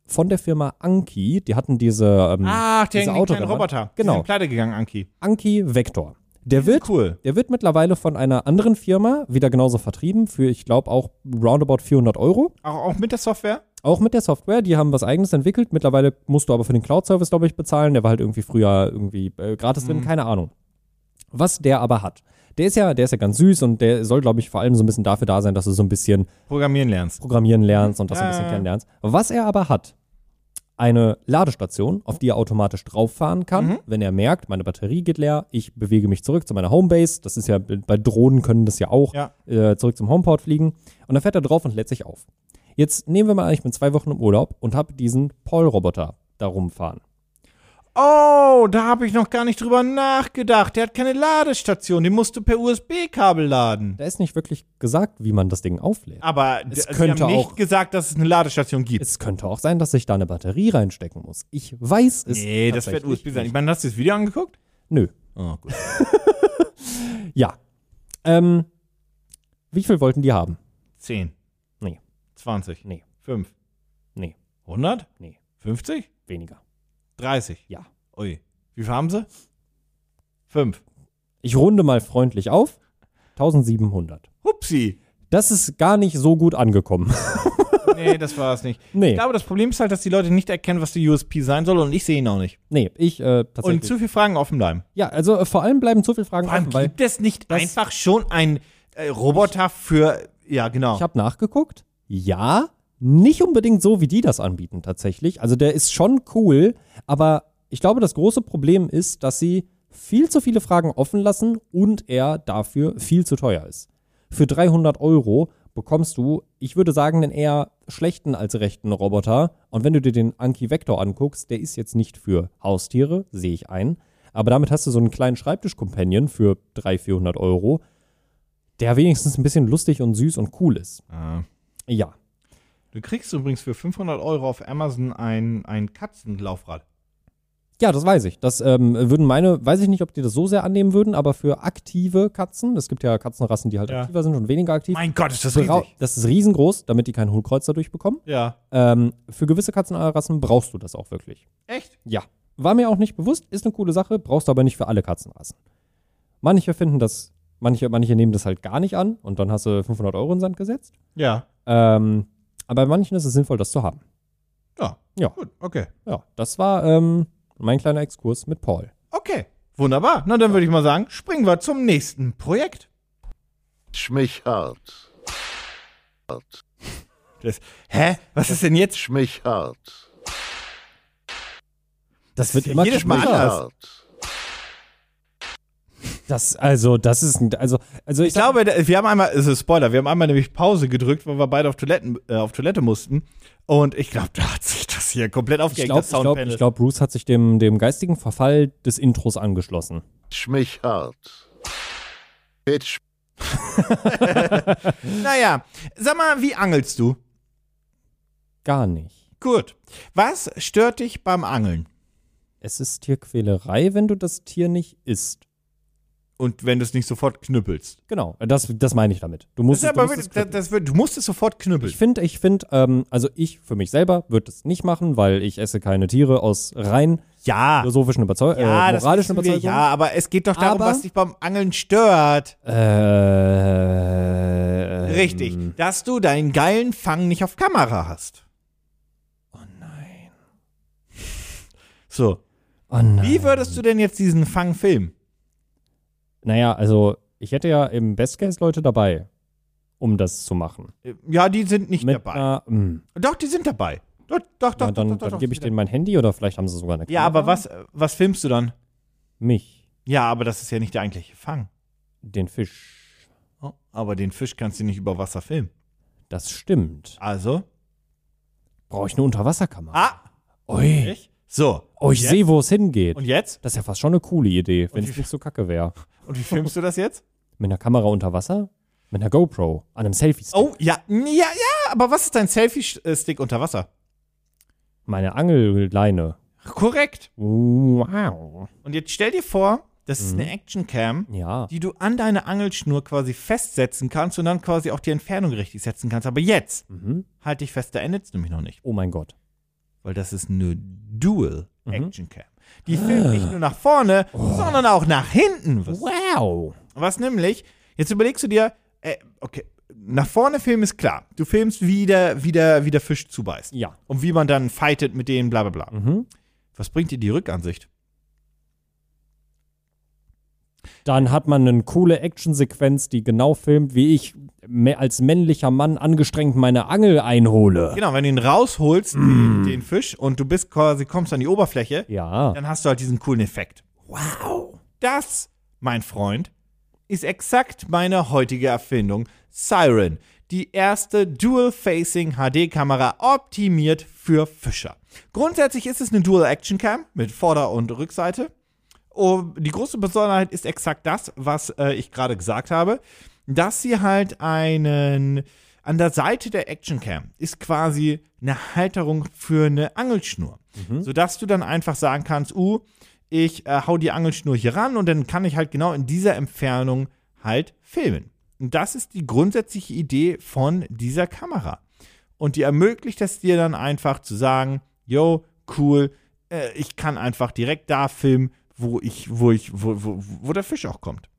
von der Firma Anki, die hatten diese, ähm, Ach, der diese kleine Autorennen. Roboter. Die Genau, sind pleite gegangen, Anki. Anki Vector. Der wird Cool. der wird mittlerweile von einer anderen Firma wieder genauso vertrieben für, ich glaube, auch roundabout 400 Euro. Auch, auch mit der Software? Auch mit der Software, die haben was eigenes entwickelt. Mittlerweile musst du aber für den Cloud-Service, glaube ich, bezahlen. Der war halt irgendwie früher irgendwie äh, gratis drin, keine Ahnung. Was der aber hat. Der ist ja, der ist ja ganz süß und der soll, glaube ich, vor allem so ein bisschen dafür da sein, dass du so ein bisschen Programmieren lernst. programmieren lernst und das ein Ja. bisschen kennenlernst. Was er aber hat, eine Ladestation, auf die er automatisch drauffahren kann, Mhm. wenn er merkt, meine Batterie geht leer, ich bewege mich zurück zu meiner Homebase. Das ist ja, bei Drohnen können das ja auch, Ja. äh, zurück zum Homeport fliegen. Und dann fährt er drauf und lädt sich auf. Jetzt nehmen wir mal an, ich bin zwei Wochen im Urlaub und habe diesen Paul-Roboter da rumfahren. Oh, da habe ich noch gar nicht drüber nachgedacht. Der hat keine Ladestation. Den musst du per USB-Kabel laden. Da ist nicht wirklich gesagt, wie man das Ding auflädt. Aber Es d- könnte sie haben nicht auch- gesagt, dass es eine Ladestation gibt. Es könnte auch sein, dass ich da eine Batterie reinstecken muss. Ich weiß es nee, das wird USB tatsächlich sein. Ich nicht. Ah, meine, hast du das Video angeguckt? Nö. Oh, gut. Ja. Ähm, wie viel wollten die haben? 10. Nee. 20. Nee. 5. Nee. 100? Nee. 50? Weniger. 30? Ja. Ui. Wie viel haben sie? 5. Ich runde mal freundlich auf. 1700. Hupsi. Das ist gar nicht so gut angekommen. Nee, das war es nicht. Ich nee, glaube, das Problem ist halt, dass die Leute nicht erkennen, was die USP sein soll und ich sehe ihn auch nicht. nee, ich äh, Und tatsächlich. zu viele Fragen offen bleiben. ja, also äh, vor allem bleiben zu viele Fragen Vor allem offen, weil gibt es nicht einfach schon einen äh, Roboter für. Ja, genau. ich habe nachgeguckt. Ja, nicht unbedingt so, wie die das anbieten tatsächlich. Also der ist schon cool, aber ich glaube, das große Problem ist, dass sie viel zu viele Fragen offen lassen und er dafür viel zu teuer ist. Für 300 Euro bekommst du, ich würde sagen, einen eher schlechten als rechten Roboter. Und wenn du dir den Anki Vector anguckst, der ist jetzt nicht für Haustiere, sehe ich ein. Aber damit hast du so einen kleinen Schreibtisch-Companion für 300, 400 Euro, der wenigstens ein bisschen lustig und süß und cool ist. Ah. Ja. Du kriegst übrigens für 500 Euro auf Amazon ein, ein Katzenlaufrad. Ja, das weiß ich. Das ähm, würden meine, weiß ich nicht, ob die das so sehr annehmen würden, aber für aktive Katzen, es gibt ja Katzenrassen, die halt Ja. aktiver sind und weniger aktiv. Mein Gott, ist das Brau- Das ist riesengroß, damit die keinen Hohlkreuz dadurch bekommen. Ja. Ähm, für gewisse Katzenrassen brauchst du das auch wirklich. Echt? Ja. War mir auch nicht bewusst, ist eine coole Sache, brauchst du aber nicht für alle Katzenrassen. Manche finden das, manche, manche nehmen das halt gar nicht an und dann hast du 500 Euro in den Sand gesetzt. Ja. Ähm, aber bei manchen ist es sinnvoll, das zu haben. Ja. Ja. Gut, okay. Ja, das war ähm, mein kleiner Exkurs mit Paul. Okay. Wunderbar. Na, dann würde ich mal sagen, springen wir zum nächsten Projekt. Pitch mich hart. Hart. Das, hä? Was ist denn jetzt? Pitch mich hart. Das wird immer jedes Mal Mich anders. hart. Das, also, das ist ein, also, also ich, Ich glaube, da- wir haben einmal, es ist Spoiler, wir haben einmal nämlich Pause gedrückt, weil wir beide auf, Toiletten, äh, auf Toilette mussten. Und ich glaube, da hat sich das hier komplett ich aufgehängt, glaube, das ich glaub, Soundpanel. ich glaub, Bruce hat sich dem, dem geistigen Verfall des Intros angeschlossen. Pitch mich hart. Pitch Naja, sag mal, wie angelst du? Gar nicht. Gut. Was stört dich beim Angeln? Es ist Tierquälerei, wenn du das Tier nicht isst. Und wenn du es nicht sofort knüppelst. Genau, das, das meine ich damit. Du musst, Das ist es- du aber musst es wirklich, das, klicken. das wird, du musst es sofort knüppeln. Ich finde, ich finde, ähm, also ich für mich selber würde es nicht machen, weil ich esse keine Tiere aus rein Ja. philosophischen Überzeugungen, Ah. Ja, äh, das moralischen wissen wir, Überzeugungen. ja, aber es geht doch darum, Aber- was dich beim Angeln stört. Äh, Richtig, dass du deinen geilen Fang nicht auf Kamera hast. Oh Nein. So, Oh nein. wie würdest du denn jetzt diesen Fang filmen? Naja, also ich hätte ja im Best Case Leute dabei, um das zu machen. Äh, Ja, die sind nicht Mit dabei. Einer, mh. Doch, die sind dabei. Doch, doch, doch. ja, dann doch, doch, dann doch, gebe ich sind denen mein Handy oder vielleicht haben sie sogar eine dabei. Ja, aber was, äh, was filmst du dann? Mich, Ja, aber das ist ja nicht der eigentliche Fang. den Fisch. Oh, aber den Fisch kannst du nicht über Wasser filmen. Das stimmt. Also. Brauche ich eine Unterwasserkamera? Ah! Ui. Ich? So. Oh, ich jetzt? sehe, wo es hingeht. Und jetzt? Das ist ja fast schon eine coole Idee, wenn wie- es nicht so kacke wäre. Und wie filmst du das jetzt? Mit einer Kamera unter Wasser? Mit einer GoPro? An einem Selfie-Stick? Oh, ja, ja, ja, aber was ist dein Selfie-Stick unter Wasser? Meine Angelleine. Korrekt. Wow. Und jetzt stell dir vor, das ist eine Action-Cam, Ja. die du an deine Angelschnur quasi festsetzen kannst und dann quasi auch die Entfernung richtig setzen kannst. Aber jetzt, Mhm. halt dich fest, da endet es nämlich noch nicht. Oh mein Gott. Weil das ist eine Mhm. Dual-Action-Cam. Die filmt nicht nur nach vorne, sondern auch nach hinten. Was, Wow. was nämlich, jetzt überlegst du dir, äh, okay, nach vorne filmen ist klar. Du filmst, wie der, wie der, wie der Fisch zubeißt. Ja. Und wie man dann fightet mit denen, bla bla bla. Mhm. Was bringt dir die Rückansicht? Dann hat man eine coole Actionsequenz, die genau filmt, wie ich mä- als männlicher Mann angestrengt meine Angel einhole. Genau, wenn du ihn rausholst, den, den Fisch, und du bist quasi, kommst an die Oberfläche, Mm. Ja. dann hast du halt diesen coolen Effekt. Wow. Das, mein Freund, ist exakt meine heutige Erfindung, Siren. Die erste Dual-Facing HD-Kamera optimiert für Fischer. Grundsätzlich ist es eine Dual-Action-Cam mit Vorder- und Rückseite. Oh, die große Besonderheit ist exakt das, was äh, ich gerade gesagt habe, dass sie halt einen an der Seite der Action Cam ist quasi eine Halterung für eine Angelschnur, sodass du dann einfach sagen kannst, uh, ich äh, hau die Angelschnur hier ran und dann kann ich halt genau in dieser Entfernung halt filmen. Und das ist die grundsätzliche Idee von dieser Kamera. Und die ermöglicht es dir dann einfach zu sagen, yo, cool, äh, ich kann einfach direkt da filmen, wo ich, wo ich, wo, wo, wo der Fisch auch kommt.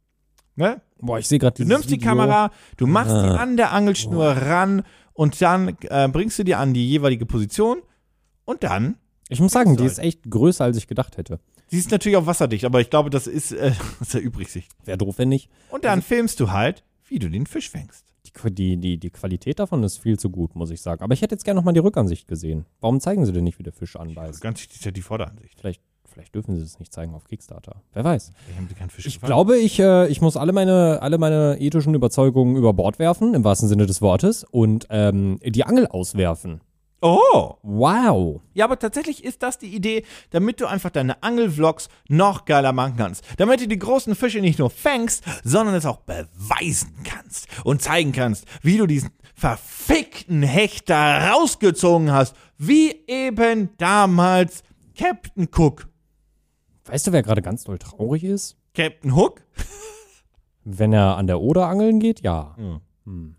Ne? Boah, ich sehe gerade Du nimmst die Kamera, du machst die an der Angelschnur ran und dann äh, bringst du die an die jeweilige Position und dann, Ich muss sagen, die ist echt größer, als ich gedacht hätte. sie ist natürlich auch wasserdicht, aber ich glaube, das ist äh, aus der Übrigsicht. Wäre doof, wenn nicht. Und dann filmst du halt, wie du den Fisch fängst. Die die, die, die, die Qualität davon ist viel zu gut, muss ich sagen. Aber ich hätte jetzt gerne nochmal die Rückansicht gesehen. Warum zeigen sie denn nicht, wie der Fisch anbeißt? Also Ganz wichtig ist ja die Vorderansicht. Vielleicht, vielleicht dürfen sie es nicht zeigen auf Kickstarter. Wer weiß. Vielleicht haben die keinen Fisch Ich gefangen. glaube, ich, äh, ich muss alle meine, alle meine ethischen Überzeugungen über Bord werfen, im wahrsten Sinne des Wortes, und ähm, die Angel auswerfen. Oh! Wow. Ja, aber tatsächlich ist das die Idee, damit du einfach deine Angelvlogs noch geiler machen kannst. Damit du die großen Fische nicht nur fängst, sondern es auch beweisen kannst und zeigen kannst, wie du diesen verfickten Hecht da rausgezogen hast, wie eben damals Captain Cook. Weißt du, wer gerade ganz doll traurig ist? Captain Hook? Wenn er an der Oder angeln geht, ja. Hm.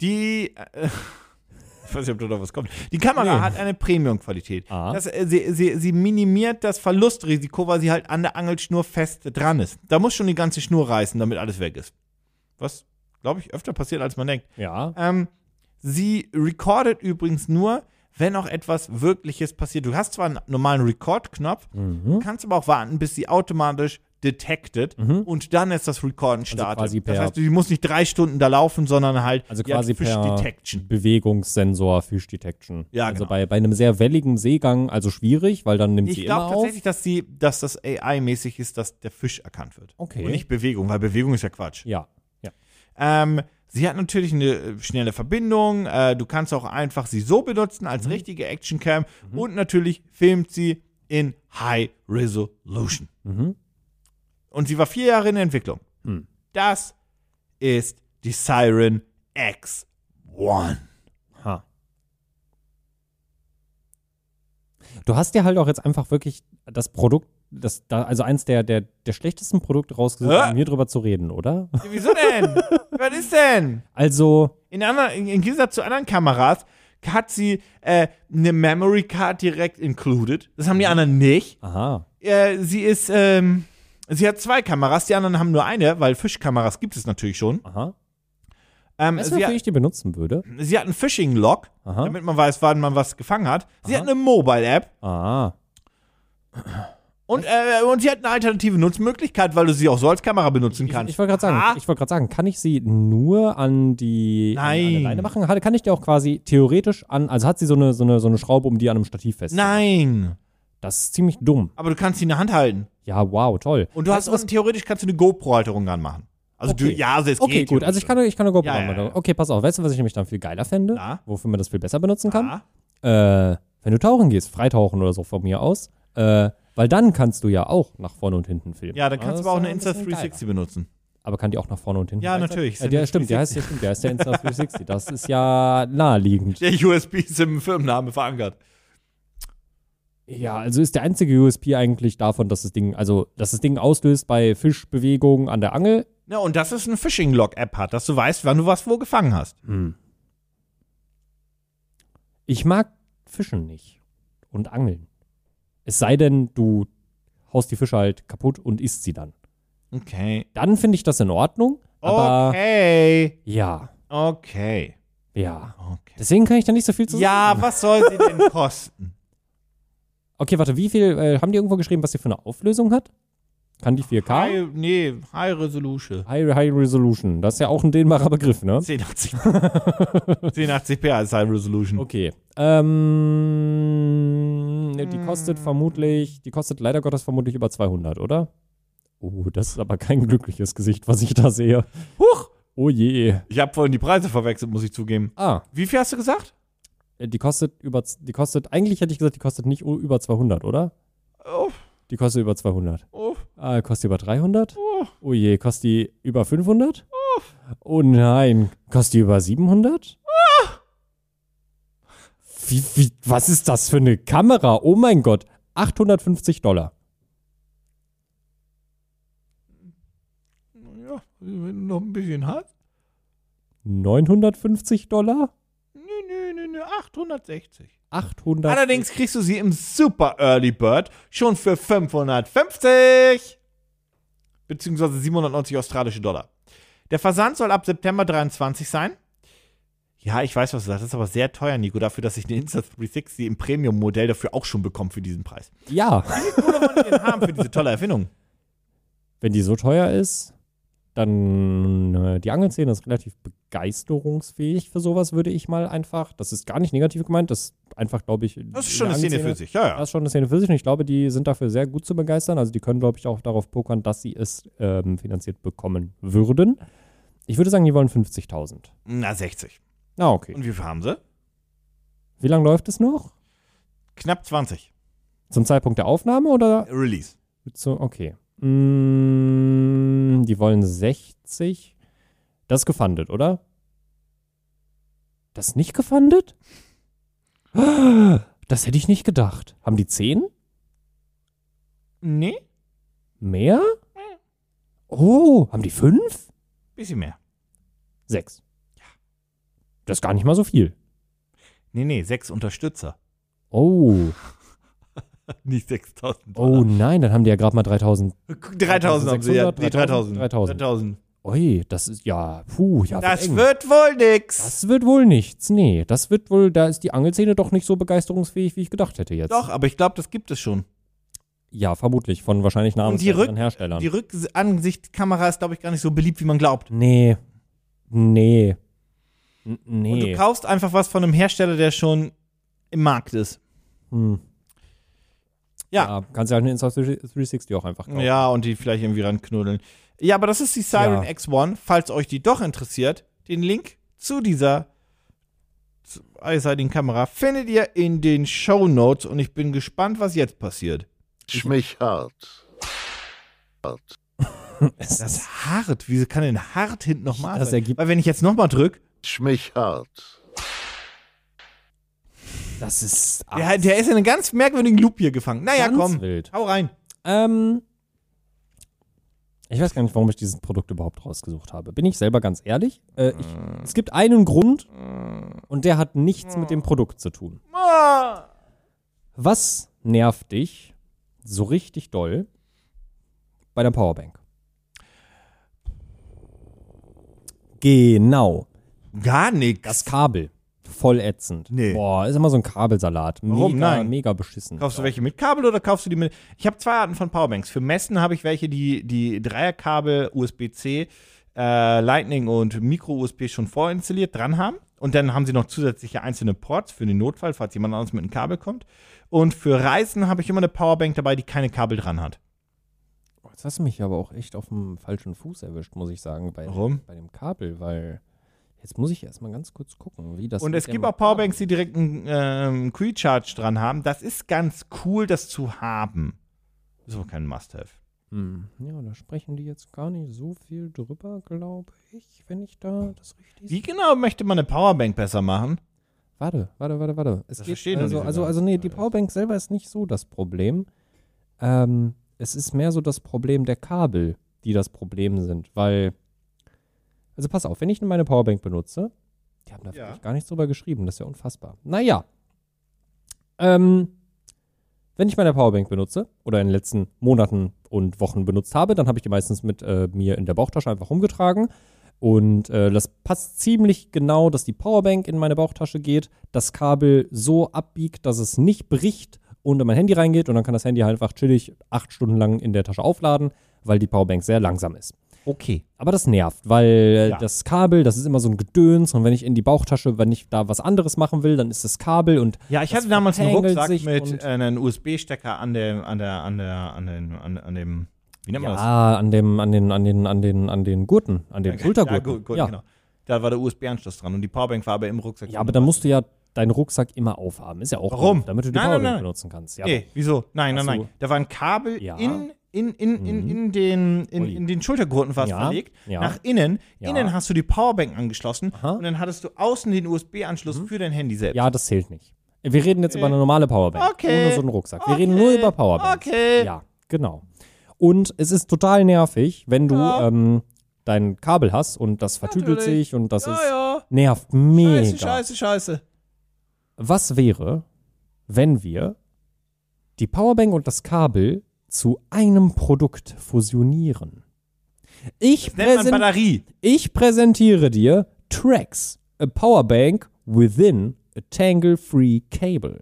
Die. Äh, ich weiß nicht, ob da noch was kommt. Die Kamera Nee. hat eine Premium-Qualität. Ah. Das, äh, sie, sie, sie minimiert das Verlustrisiko, weil sie halt an der Angelschnur fest dran ist. Da muss schon die ganze Schnur reißen, damit alles weg ist. Was, glaube ich, öfter passiert, als man denkt. Ja. Ähm, sie recordet übrigens nur, wenn auch etwas Wirkliches passiert. Du hast zwar einen normalen Record-Knopf, Mhm. kannst aber auch warten, bis sie automatisch detected und dann ist das Recorden startet. Mhm. Also quasi das per- heißt, du musst nicht drei Stunden da laufen, sondern halt Also die hat quasi per Fischdetection. Bewegungssensor Fish Detection. Ja, also genau. bei, bei einem sehr welligen Seegang, also schwierig, weil dann nimmt Ich sie glaube immer auf. tatsächlich, dass, sie, dass das AI-mäßig ist, dass der Fisch erkannt wird. Okay. Und nicht Bewegung, weil Bewegung ist ja Quatsch. Ja. ja. Ähm, sie hat natürlich eine äh, schnelle Verbindung. Äh, du kannst auch einfach sie so benutzen als richtige Actioncam. Und natürlich filmt sie in High Resolution. Und sie war vier Jahre in Entwicklung. Das ist die Siren X1. Ha. Du hast dir halt auch jetzt einfach wirklich das Produkt, das, da, also eins der, der, der schlechtesten Produkte rausgesucht, Hä? um mir drüber zu reden, oder? Wieso denn? Was ist denn? Also, In, anderen, in, in Gegensatz zu anderen Kameras hat sie äh, eine Memory Card direkt included. Das haben die anderen nicht. aha. Äh, sie ist, ähm, sie hat zwei Kameras, die anderen haben nur eine, weil Fischkameras gibt es natürlich schon. Aha. Ähm, Weißt du, sie, wofür hat, ich die benutzen würde? sie hat einen Fishing-Log, Aha. damit man weiß, wann man was gefangen hat. Sie hat eine Mobile-App Ah. und, äh, und sie hat eine alternative Nutzmöglichkeit, weil du sie auch so als Kamera benutzen Ich, kannst. ich wollte gerade Ah. sagen, ich wollte gerade sagen, kann ich sie nur an die an- An Nein. der Leine machen? Hat- Kann ich die auch quasi theoretisch an, also hat sie so eine, so eine, so eine Schraube, um die an einem Stativ fest? Nein, Das ist ziemlich dumm. aber du kannst sie in der Hand halten. Ja, wow, toll. Und du Weißt hast unten theoretisch kannst du eine GoPro-Halterung ranmachen. Also du, Okay. ja, also es Okay, geht gut. Also ich kann, ich kann eine GoPro Ja, ja, haben. ja. Okay, pass auf. Weißt du, was ich nämlich dann viel geiler fände? Na? Wofür man das viel besser benutzen kann? Ja. Äh, wenn du tauchen gehst, freitauchen oder so von mir aus. Äh, weil dann kannst du ja auch nach vorne und hinten filmen. Ja, dann kannst Das du aber auch ist eine ein bisschen Insta360 geiler. benutzen. Aber kann die auch nach vorne und hinten? Ja, gleichzeitig- natürlich. Äh, der, stimmt, der heißt, der, stimmt, der heißt der Insta360. Das ist ja naheliegend. Der USB ist im Firmenname verankert. Ja, also ist der einzige USP eigentlich davon, dass das Ding, also dass das Ding auslöst bei Fischbewegungen an der Angel. Ja, und dass es eine Phishing-Log-App hat, dass du weißt, wann du was wo gefangen hast. Ich mag Fischen nicht und Angeln. Es sei denn, du haust die Fische halt kaputt und isst sie dann. Okay. Dann finde ich das in Ordnung. Aber okay. ja, Okay. ja. Okay. Deswegen kann ich da nicht so viel zu Ja, sagen. was soll sie denn kosten? Okay, warte, wie viel äh, haben die irgendwo geschrieben, was die für eine Auflösung hat? Kann die 4K? High, nee, High Resolution. High, High Resolution. Das ist ja auch ein dehnbarer Begriff, ne? 1080. 1080p als High Resolution. Okay. Ähm, die kostet vermutlich, die kostet leider Gottes vermutlich über 200, oder? Oh, das ist aber kein glückliches Gesicht, was ich da sehe. Huch! Oh je. Ich habe vorhin die Preise verwechselt, muss ich zugeben. Ah, Wie viel hast du gesagt? äh, die kostet über, z- die kostet, eigentlich hätte ich gesagt, die kostet nicht u- über 200, oder? Oh, Die kostet über 200. oh, Ah, kostet die über 300? oh. Oh je, kostet die über 500? Oh nein, kostet die über 700? Wie, wie, was ist das für eine Kamera? Oh mein Gott, 850 Dollar. Ja, wenn du noch ein bisschen hast. 950 Dollar? Nö, nö, nö, nö, 860. 800. Allerdings kriegst du sie im Super Early Bird schon für 550 beziehungsweise 790 australische Dollar. Der Versand soll ab September 23 sein. Ja, ich weiß, was du sagst. Das ist aber sehr teuer, Nico, dafür, dass ich eine Insta360 im Premium-Modell dafür auch schon bekomme für diesen Preis. Ja, Oder wollen die denn haben für diese tolle Erfindung? wenn die so teuer ist. Dann äh, die Angelszene ist relativ begeisterungsfähig für sowas, würde ich mal einfach. Das ist gar nicht negativ gemeint, das ist einfach, glaube ich. Das ist schon eine Szene für sich, ja, ja. Das ist schon eine Szene für sich und ich glaube, die sind dafür sehr gut zu begeistern. Also die können, glaube ich, auch darauf pokern, dass sie es ähm, finanziert bekommen würden. Ich würde sagen, die wollen 50.000. Na, 60. Ah, okay. Und wie viel haben sie? Wie lange läuft es noch? Knapp 20. Zum Zeitpunkt der Aufnahme oder? Release. So, okay. Mm, die wollen 60. Das ist gefundet, oder? Das ist nicht gefundet? Das hätte ich nicht gedacht. Haben die 10? Nee, Mehr? Oh, haben die 5? bisschen mehr. 6. Das ist gar nicht mal so viel. Nee, nee, sechs Unterstützer. Oh, Nicht 6000. oh nein, dann haben die ja gerade mal 3000. 3000 haben sie ja. 600, 3000. 3000. 3000. Ui, das ist ja, puh, ja. Das eng. wird wohl nix. Das wird wohl nichts. Nee, das wird wohl, da ist die Angelszene doch nicht so begeisterungsfähig, wie ich gedacht hätte jetzt. Doch, aber ich glaube, das gibt es schon. Ja, vermutlich. Von wahrscheinlich Und die namenswerteren Rück- Herstellern. Die Rückansichtkamera ist, glaube ich, gar nicht so beliebt, wie man glaubt. nee. Nee. N Und nee. du kaufst einfach was von einem Hersteller, der schon im Markt ist. hm. Ja. ja. Kannst du halt eine Insta360 auch einfach kaufen. Ja, und die vielleicht irgendwie ranknuddeln. Ja, aber das ist die Siren Ja. X1. Falls euch die doch interessiert, den Link zu dieser eyesighting Kamera findet ihr in den Show Notes und ich bin gespannt, was jetzt passiert. Schmechart. Hart. Es ist- Das hart, wieso kann denn hart hinten nochmal? Das ergibt- Weil wenn ich jetzt nochmal drück, Schmechart. das ist der, der ist in einem ganz merkwürdigen Loop hier gefangen. Naja, Ganz komm, wild. hau rein. Ähm, ich weiß gar nicht, warum ich dieses Produkt überhaupt rausgesucht habe. Bin ich selber ganz ehrlich? Äh, ich, Mm. es gibt einen Grund und der hat nichts mit dem Produkt zu tun. Ah. Was nervt dich so richtig doll bei der Powerbank? Genau, Gar nichts. das Kabel. Voll ätzend. Nee. Boah, ist immer so ein Kabelsalat. Mega, Warum? Nein. mega beschissen. Kaufst du welche mit Kabel oder kaufst du die mit? Ich habe zwei Arten von Powerbanks. Für Messen habe ich welche, die die Dreierkabel USB-C, äh, Lightning und Micro-USB schon vorinstalliert dran haben. Und dann haben sie noch zusätzliche einzelne Ports für den Notfall, falls jemand anderes mit einem Kabel kommt. Und für Reisen habe ich immer eine Powerbank dabei, die keine Kabel dran hat. Jetzt hast du mich aber auch echt auf dem falschen Fuß erwischt, muss ich sagen, bei, Warum? bei dem Kabel, weil jetzt muss ich erstmal ganz kurz gucken, wie das Und mit es der gibt mit auch Powerbanks, die direkt einen ähm, Q-Charge dran haben. Das ist ganz cool, das zu haben. Ist aber kein Must-Have. Hm. Ja, da sprechen die jetzt gar nicht so viel drüber, glaube ich, wenn ich da das richtig Wie genau möchte man eine Powerbank besser machen? Warte, warte, warte, warte. Es Das geht, verstehen noch also, nicht so also, ganz, also nee, die ja. Powerbank selber ist nicht so das Problem. Ähm, es ist mehr so das Problem der Kabel, die das Problem sind, weil also pass auf, wenn ich meine Powerbank benutze, die haben da Ja. wirklich gar nichts drüber geschrieben, das ist ja unfassbar. Naja, ähm, wenn ich meine Powerbank benutze oder in den letzten Monaten und Wochen benutzt habe, dann habe ich die meistens mit äh, mir in der Bauchtasche einfach rumgetragen. Und äh, das passt ziemlich genau, dass die Powerbank in meine Bauchtasche geht, das Kabel so abbiegt, dass es nicht bricht und in mein Handy reingeht. Und dann kann das Handy halt einfach chillig acht Stunden lang in der Tasche aufladen, weil die Powerbank sehr langsam ist. Okay. Aber das nervt, weil äh, Ja. das Kabel, das ist immer so ein Gedöns. Und wenn ich in die Bauchtasche, wenn ich da was anderes machen will, dann ist das Kabel und Ja, ich Das hatte damals einen vertangelt Rucksack sich mit und- äh, einem USB-Stecker an der, an der, an der, an den, an, an dem, wie nennt man das? Ah, an dem, an den, an den, an den, an den Gurten, an den Ja, Schultergurten. gut, gut, Ja, genau. Da war der USB-Anschluss dran und die Powerbank war aber im Rucksack. ja, aber dann musst du ja deinen Rucksack immer aufhaben. Ist ja auch Warum? gut, damit du die Nein, nein, Powerbank nein. benutzen kannst. Ja, Nee, wieso? Nein, nein, Ach so. nein. Da war ein Kabel Ja. Mhm. in, in, in, in, in, den, in, Ui. in den Schultergurten fast Ja, verlegt. ja. Nach innen. Ja. Innen hast du die Powerbank angeschlossen Aha. Mhm. und dann hattest du außen den USB-Anschluss für dein Handy selbst. ja, das zählt nicht. Wir reden jetzt über eine normale Powerbank. Äh, Okay. Ohne so einen Rucksack. Wir reden nur über Powerbanks. Okay. Ja, genau. Und es ist total nervig, wenn du ähm, dein Kabel hast und das vertütelt Natürlich. sich und das Ja, ist ja. nervt mega. Scheiße, scheiße, scheiße. Was wäre, wenn wir die Powerbank und das Kabel zu einem Produkt fusionieren? Ich, Nennt man präsen- Batterie. ich präsentiere dir Trax, a Powerbank within a tangle-free cable.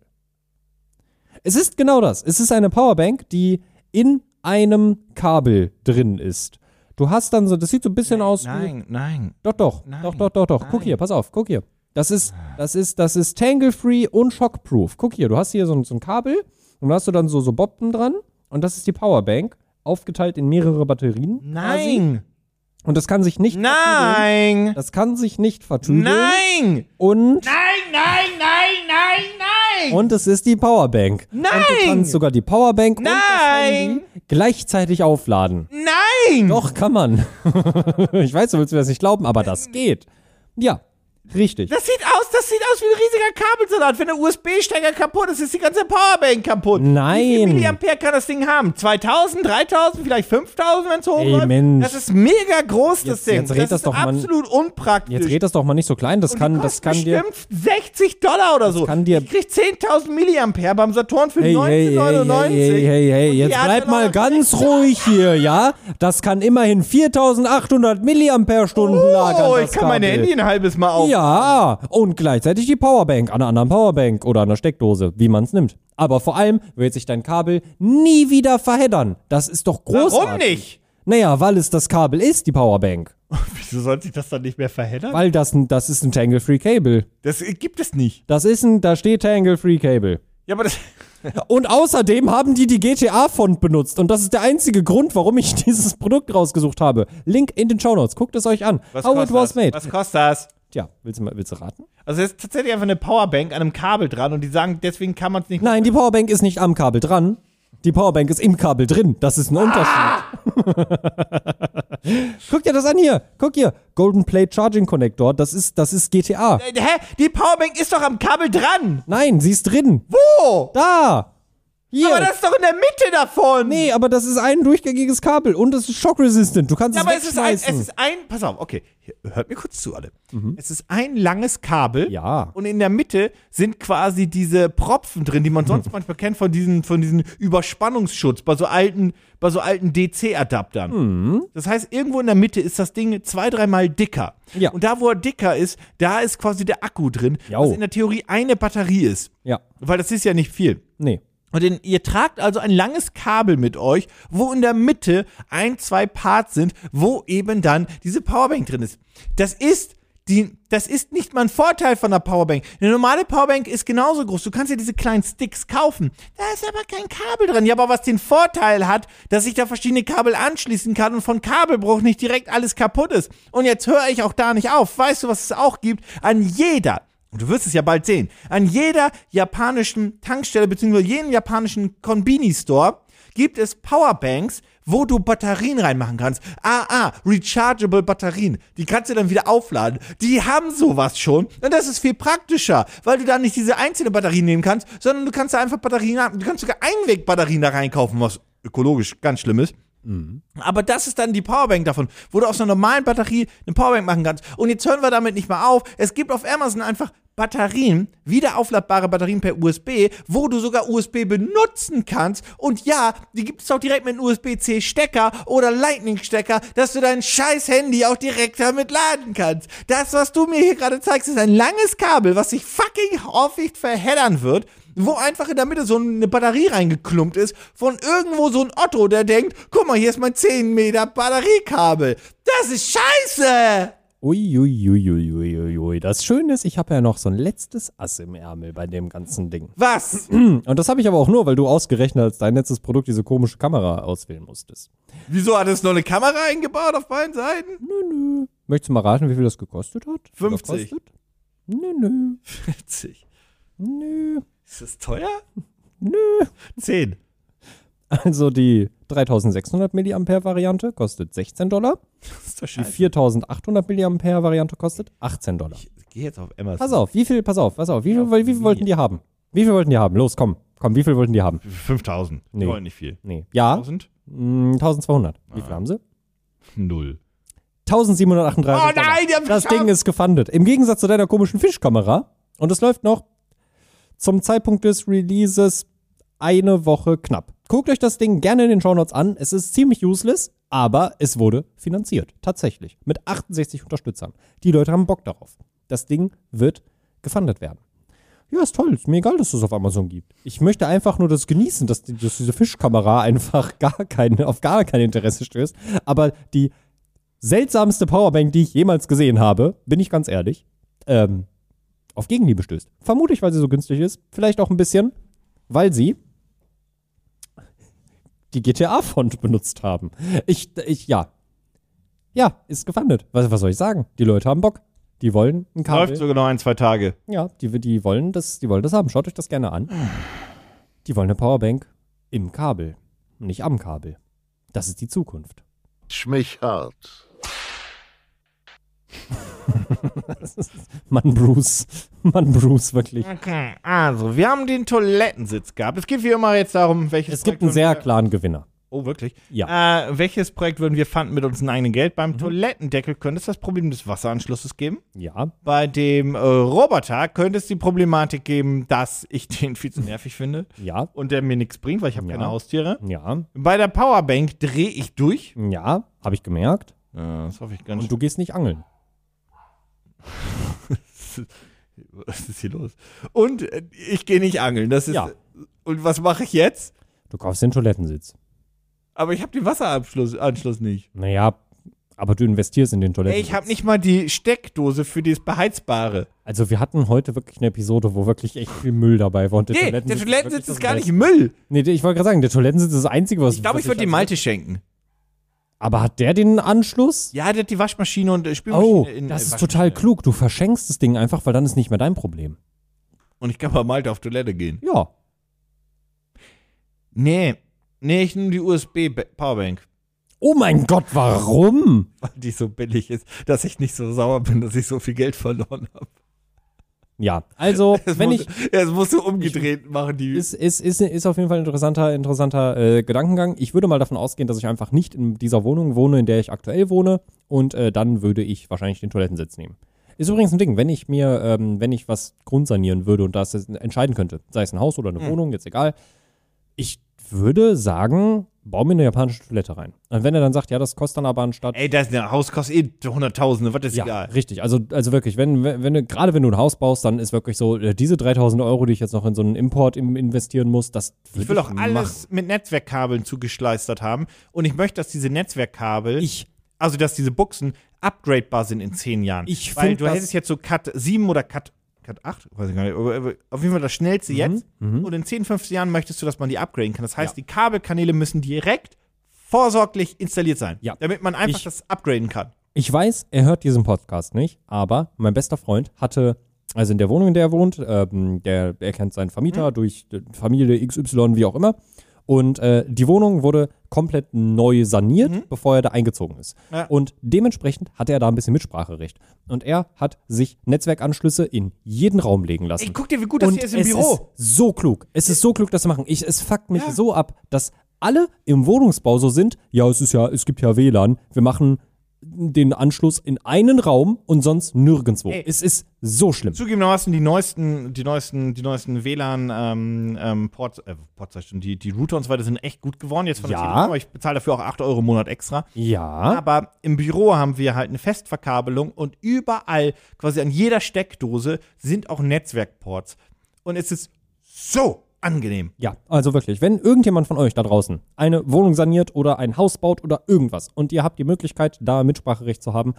Es ist genau das. Es ist eine Powerbank, die in einem Kabel drin ist. Du hast dann so, das sieht so ein bisschen aus wie- Nein, nein. Doch, doch, Nein. doch, doch, doch, doch. Guck Nein. Ah. hier, pass auf, guck hier. Das ist, das ist, das ist Tangle-Free und Shockproof. Guck hier, du hast hier so, ein- so ein Kabel und da hast du dann so, so Bobben dran und das ist die Powerbank, aufgeteilt in mehrere Batterien. Nein. Und das kann sich nicht vertüdeln. Nein. Das kann sich nicht vertüdeln. Nein. Und, Nein, nein, nein, nein, nein. und es ist die Powerbank. Und du Nein. kannst sogar die Powerbank und das Nein. Hm. Handy gleichzeitig aufladen. Nein. Doch, kann man. ich weiß, du willst mir das nicht glauben, aber das geht. Ja, richtig. Das sieht aus, das sieht aus wie ein riesiger Kabelsalat. Wenn der USB-Stecker kaputt ist, ist die ganze Powerbank kaputt. Nein. Wie viel Milliampere kann das Ding haben? 2000, 3000, vielleicht 5000, wenn es hochläuft? Mensch. Das ist mega groß, das Jetzt- Ding. jetzt red das das ist doch mal- absolut unpraktisch. Jetzt red das doch mal nicht so klein. Das Und kann, die das kostet kann dir. bestimmt 60 Dollar oder so. kann dir- ich krieg 10.000 Milliampere beim Saturn für Hey, hey, hey, 1999. hey, hey, hey, hey, jetzt hat bleib dann auch mal noch ganz ruhig hier, ja? Das kann immerhin 4800 Milliampere-Stunden lagern. Oh, das ich kann mein Kabel. Handy ein halbes Mal auf. Ja, und gleichzeitig die Powerbank an einer anderen Powerbank oder einer Steckdose, wie man es nimmt. Aber vor allem wird sich dein Kabel nie wieder verheddern. Das ist doch großartig. Warum nicht? Naja, weil es das Kabel ist, die Powerbank. Wieso sollte sich das dann nicht mehr verheddern? Weil das, ein- das ist ein Tangle-Free-Cable. Das gibt es nicht. Das ist ein, da steht Tangle-Free-Cable. Ja, aber das. Und außerdem haben die die GTA-Font benutzt. Und das ist der einzige Grund, warum ich dieses Produkt rausgesucht habe. Link in den Show Notes. Guckt es euch an. Was How kostet it was das? made. Was kostet das? Tja, willst du, mal, willst du raten? Also es ist tatsächlich einfach eine Powerbank an einem Kabel dran und die sagen, deswegen kann man es nicht. Nein, die Powerbank ist nicht am Kabel dran. Die Powerbank ist im Kabel drin. Das ist ein Unterschied. Guck dir das an hier. Guck hier. Golden Plate Charging Connector. Das ist, das ist GTA. Äh, Hä? Die Powerbank ist doch am Kabel dran. Nein, sie ist drin. Wo? Da. Hier. Aber das ist doch in der Mitte davon. nee, aber das ist ein durchgängiges Kabel und es ist shockresistent. Du kannst Ja, es aber es ist, ein, es wegschmeißen. Mhm. ist ein, pass auf, okay, Hier, hört mir kurz zu alle. Es ist ein langes Kabel Ja. und in der Mitte sind quasi diese Propfen drin, die man sonst manchmal kennt von diesen, von diesen Überspannungsschutz bei so alten, bei so alten DC-Adaptern. Mhm. Das heißt, irgendwo in der Mitte ist das Ding zwei, dreimal dicker. Ja. Und da, wo er dicker ist, da ist quasi der Akku drin, Jau. was in der Theorie eine Batterie ist. ja. Weil das ist ja nicht viel. Nee. Und in, ihr tragt also ein langes Kabel mit euch, wo in der Mitte ein, zwei Parts sind, wo eben dann diese Powerbank drin ist. Das ist die, das ist nicht mal ein Vorteil von der Powerbank. Eine normale Powerbank ist genauso groß. Du kannst ja diese kleinen Sticks kaufen. Da ist aber kein Kabel dran. Ja, aber was den Vorteil hat, dass ich da verschiedene Kabel anschließen kann und von Kabelbruch nicht direkt alles kaputt ist. Und jetzt höre ich auch da nicht auf. Weißt du, was es auch gibt? An jeder und du wirst es ja bald sehen. An jeder japanischen Tankstelle bzw. jedem japanischen Konbini-Store gibt es Powerbanks, wo du Batterien reinmachen kannst. Ah, ah, rechargeable Batterien. Die kannst du dann wieder aufladen. Die haben sowas schon. Und das ist viel praktischer, weil du da nicht diese einzelne Batterie nehmen kannst, sondern du kannst da einfach Batterien haben. Du kannst sogar Einwegbatterien da reinkaufen, was ökologisch ganz schlimm ist. Aber das ist dann die Powerbank davon, wo du aus einer normalen Batterie eine Powerbank machen kannst. Und jetzt hören wir damit nicht mal auf. Es gibt auf Amazon einfach Batterien, wieder aufladbare Batterien per USB, wo du sogar USB benutzen kannst. Und ja, die gibt es auch direkt mit einem USB-C-Stecker oder Lightning-Stecker, dass du dein scheiß Handy auch direkt damit laden kannst. Das, was du mir hier gerade zeigst, ist ein langes Kabel, was sich fucking hoffentlich verheddern wird wo einfach in der Mitte so eine Batterie reingeklumpt ist, von irgendwo so ein Otto, der denkt, guck mal, hier ist mein 10 Meter Batteriekabel. Das ist scheiße! Uiuiuiuiuiui. Das Schöne ist, ich habe ja noch so ein letztes Ass im Ärmel bei dem ganzen Ding. Was? Und das habe ich aber auch nur, weil du ausgerechnet als dein letztes Produkt diese komische Kamera auswählen musstest. Wieso hat es noch eine Kamera eingebaut auf beiden Seiten? Möchtest du mal raten, wie viel das gekostet hat? Oder 50. kostet? Nö, nö, 40. nö. Ist das teuer? Nö. 10. Also die 3600 Milliampere Variante kostet 16 Dollar. Das ist doch Die scheiße. 4800 Milliampere Variante kostet 18 Dollar. Ich geh jetzt auf Amazon. Pass auf, wie viel, pass auf, pass auf, wie viel, wie viel wollten die haben? Wie viel wollten die haben? Los, komm, komm, wie viel wollten die haben? 5000. Nee. Die wollen nicht viel. Nee. Ja, 1000? mh, 1200. Wie viel haben sie? Null. 1738. Oh nein, die Dollar. haben Das geschafft. Ding ist gefundet. Im Gegensatz zu deiner komischen Fischkamera. Und es läuft noch zum Zeitpunkt des Releases eine Woche knapp. Guckt euch das Ding gerne in den Shownotes an. Es ist ziemlich useless, aber es wurde finanziert. Tatsächlich. Mit 68 Unterstützern. Die Leute haben Bock darauf. Das Ding wird gefundet werden. Ja, ist toll. Ist mir egal, dass es auf Amazon gibt. Ich möchte einfach nur das genießen, dass, die, dass diese Fischkamera einfach gar kein, auf gar kein Interesse stößt. Aber die seltsamste Powerbank, die ich jemals gesehen habe, bin ich ganz ehrlich, ähm, auf Gegenliebe stößt. Vermutlich, weil sie so günstig ist. Vielleicht auch ein bisschen, weil sie die GTA-Font benutzt haben. Ich, ich, ja. Ja, ist gefundet. Was, was soll ich sagen? Die Leute haben Bock. Die wollen ein Kabel. Läuft sogar noch ein, zwei Tage. Ja, die, die, wollen das, die wollen das haben. Schaut euch das gerne an. Die wollen eine Powerbank im Kabel, nicht am Kabel. Das ist die Zukunft. Schmich hart. Mann, Bruce. Mann, Bruce, wirklich. Okay, also, wir haben den Toilettensitz gehabt. Es geht wie immer jetzt darum, welches Es gibt einen Projekt sehr würden wir- klaren Gewinner. Oh, wirklich? Ja. Mhm. Äh, welches Projekt würden wir fanden mit uns ein eigenes Geld? Beim Toilettendeckel könnte es das Problem des Wasseranschlusses geben. Ja, Bei dem äh, Roboter könnte es die Problematik geben, dass ich den viel zu nervig finde ja, und der mir nichts bringt, weil ich habe Ja. keine Haustiere. ja, Bei der Powerbank drehe ich durch. ja, habe ich gemerkt. Ja, das hoffe ich ganz Und du gehst nicht angeln. Was ist hier los? Und äh, ich gehe nicht angeln. Das ist. Ja. Und was mache ich jetzt? Du kaufst den Toilettensitz. Aber ich habe den Wasseranschluss Anschluss nicht. Naja, aber du investierst in den Ey, Toilettensitz. ich habe nicht mal die Steckdose für das Beheizbare. Also wir hatten heute wirklich eine Episode, wo wirklich echt viel Müll dabei war. Und der Nee, der Toilettensitz Toilettensitz wirklich ist gar das nicht Müll. Beste. Nee, der- ich wollte gerade sagen, der Toilettensitz ist das Einzige, was... Ich glaube, ich was würde dem als- Malte schenken. Aber hat der den Anschluss? Ja, der hat die Waschmaschine und äh, Spülmaschine Oh, in das äh, ist total Waschmaschine. klug. Du verschenkst das Ding einfach, weil dann ist nicht mehr dein Problem. Und ich kann bei Malte auf Toilette gehen. Ja. Nee. Nee, ich nehme die USB-Powerbank, Oh mein Gott, warum? weil die so billig ist, dass ich nicht so sauer bin, dass ich so viel Geld verloren habe. Ja, also, Das wenn ich, musst, das musst du umgedreht machen, die. ist, ist, ist, ist auf jeden Fall ein interessanter, interessanter äh, Gedankengang. Ich würde mal davon ausgehen, dass ich einfach nicht in dieser Wohnung wohne, in der ich aktuell wohne. Und äh, dann würde ich wahrscheinlich den Toilettensitz nehmen. Ist übrigens ein Ding, wenn ich mir, ähm, wenn ich was grundsanieren würde und das jetzt entscheiden könnte, sei es ein Haus oder eine Wohnung, jetzt egal, ich würde sagen, bau mir eine japanische Toilette rein. Und wenn er dann sagt, ja, das kostet dann aber anstatt Ey, das ein Haus kostet eh Hunderttausende, was ist Ja, egal. richtig. Also, also wirklich, wenn, wenn wenn du, gerade wenn du ein Haus baust, dann ist wirklich so, äh, diese 3000 Euro, die ich jetzt noch in so einen Import im, investieren muss, das würd Ich will auch machen. alles mit Netzwerkkabeln zugeschleistert haben. Und ich möchte, dass diese Netzwerkkabel, Ich, also dass diese Buchsen upgradebar sind in zehn Jahren. Ich Weil find du das- hättest jetzt so Cut 7 oder Cut, Cut 8, weiß ich gar nicht, aber aber auf jeden Fall das schnellste jetzt. Und in 10, 15 Jahren möchtest du, dass man die upgraden kann. Das heißt, die Kabelkanäle müssen direkt vorsorglich installiert sein, Ja. damit man einfach Ich- das upgraden kann. ich weiß, er hört diesen Podcast nicht, aber mein bester Freund hatte, also in der Wohnung, in der er wohnt, ähm, der, er kennt seinen Mhm. Vermieter durch äh, Familie XY, wie auch immer. Und äh, die Wohnung wurde komplett neu saniert, bevor er da eingezogen ist. Mhm. Ja. Und dementsprechend hatte er da ein bisschen Mitspracherecht. Und er hat sich Netzwerkanschlüsse in jeden Raum legen lassen. Ey, guck dir, wie gut das Und hier ist im es Büro. Ist so klug. Es ist so klug, das zu machen. Ich, es fuckt mich Ja. so ab, dass alle im Wohnungsbau so sind. Ja, es ist ja, es gibt ja WLAN. Wir machen den Anschluss in einen Raum und sonst nirgendwo. Ey. Es ist so schlimm. Zugegebenermaßen die neuesten, die neuesten, die neuesten WLAN ähm, ähm, Ports, äh, Ports, sag ich schon, die, die Router und so weiter sind echt gut geworden jetzt von der Ja. Telekom, aber ich bezahle dafür auch 8 Euro im Monat extra. Ja, Aber im Büro haben wir halt eine Festverkabelung und überall, quasi an jeder Steckdose, sind auch Netzwerkports. Und es ist so angenehm. ja, also wirklich, wenn irgendjemand von euch da draußen eine Wohnung saniert oder ein Haus baut oder irgendwas und ihr habt die Möglichkeit, da Mitspracherecht zu haben,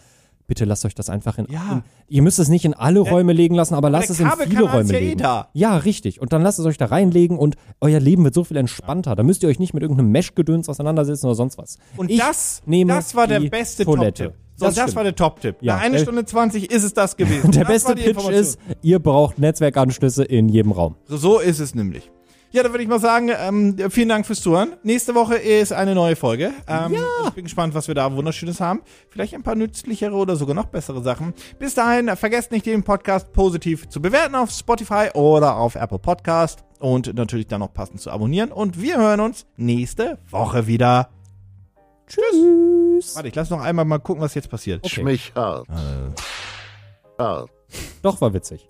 bitte lasst euch das einfach in, Ja. in ihr müsst es nicht in alle Räume legen lassen, aber lasst der es in Kabelkanal viele ist Räume ja eh legen. da. Ja, richtig. Und dann lasst es euch da reinlegen und euer Leben wird so viel entspannter. Da müsst ihr euch nicht mit irgendeinem Mesh-Gedöns auseinandersetzen oder sonst was. Und ich das, nehme das war der die beste Toilette. Top-Tipp. So, das, stimmt. war der Top-Tipp. Ja, Nach einer der- Stunde 20 ist es das gewesen. Und der das war beste die Pitch Information. ist, ihr braucht Netzwerkanschlüsse in jedem Raum. So ist es nämlich. Ja, dann würde ich mal sagen, ähm, vielen Dank fürs Zuhören. Nächste Woche ist eine neue Folge. Ähm, ja. Ich bin gespannt, was wir da Wunderschönes haben. Vielleicht ein paar nützlichere oder sogar noch bessere Sachen. Bis dahin, äh, vergesst nicht, den Podcast positiv zu bewerten auf Spotify oder auf Apple Podcast und natürlich dann noch passend zu abonnieren. Und wir hören uns nächste Woche wieder. Tschüss. Warte, ich lass noch einmal mal gucken, was jetzt passiert. Okay. Schmich hart. Hart. Doch war witzig.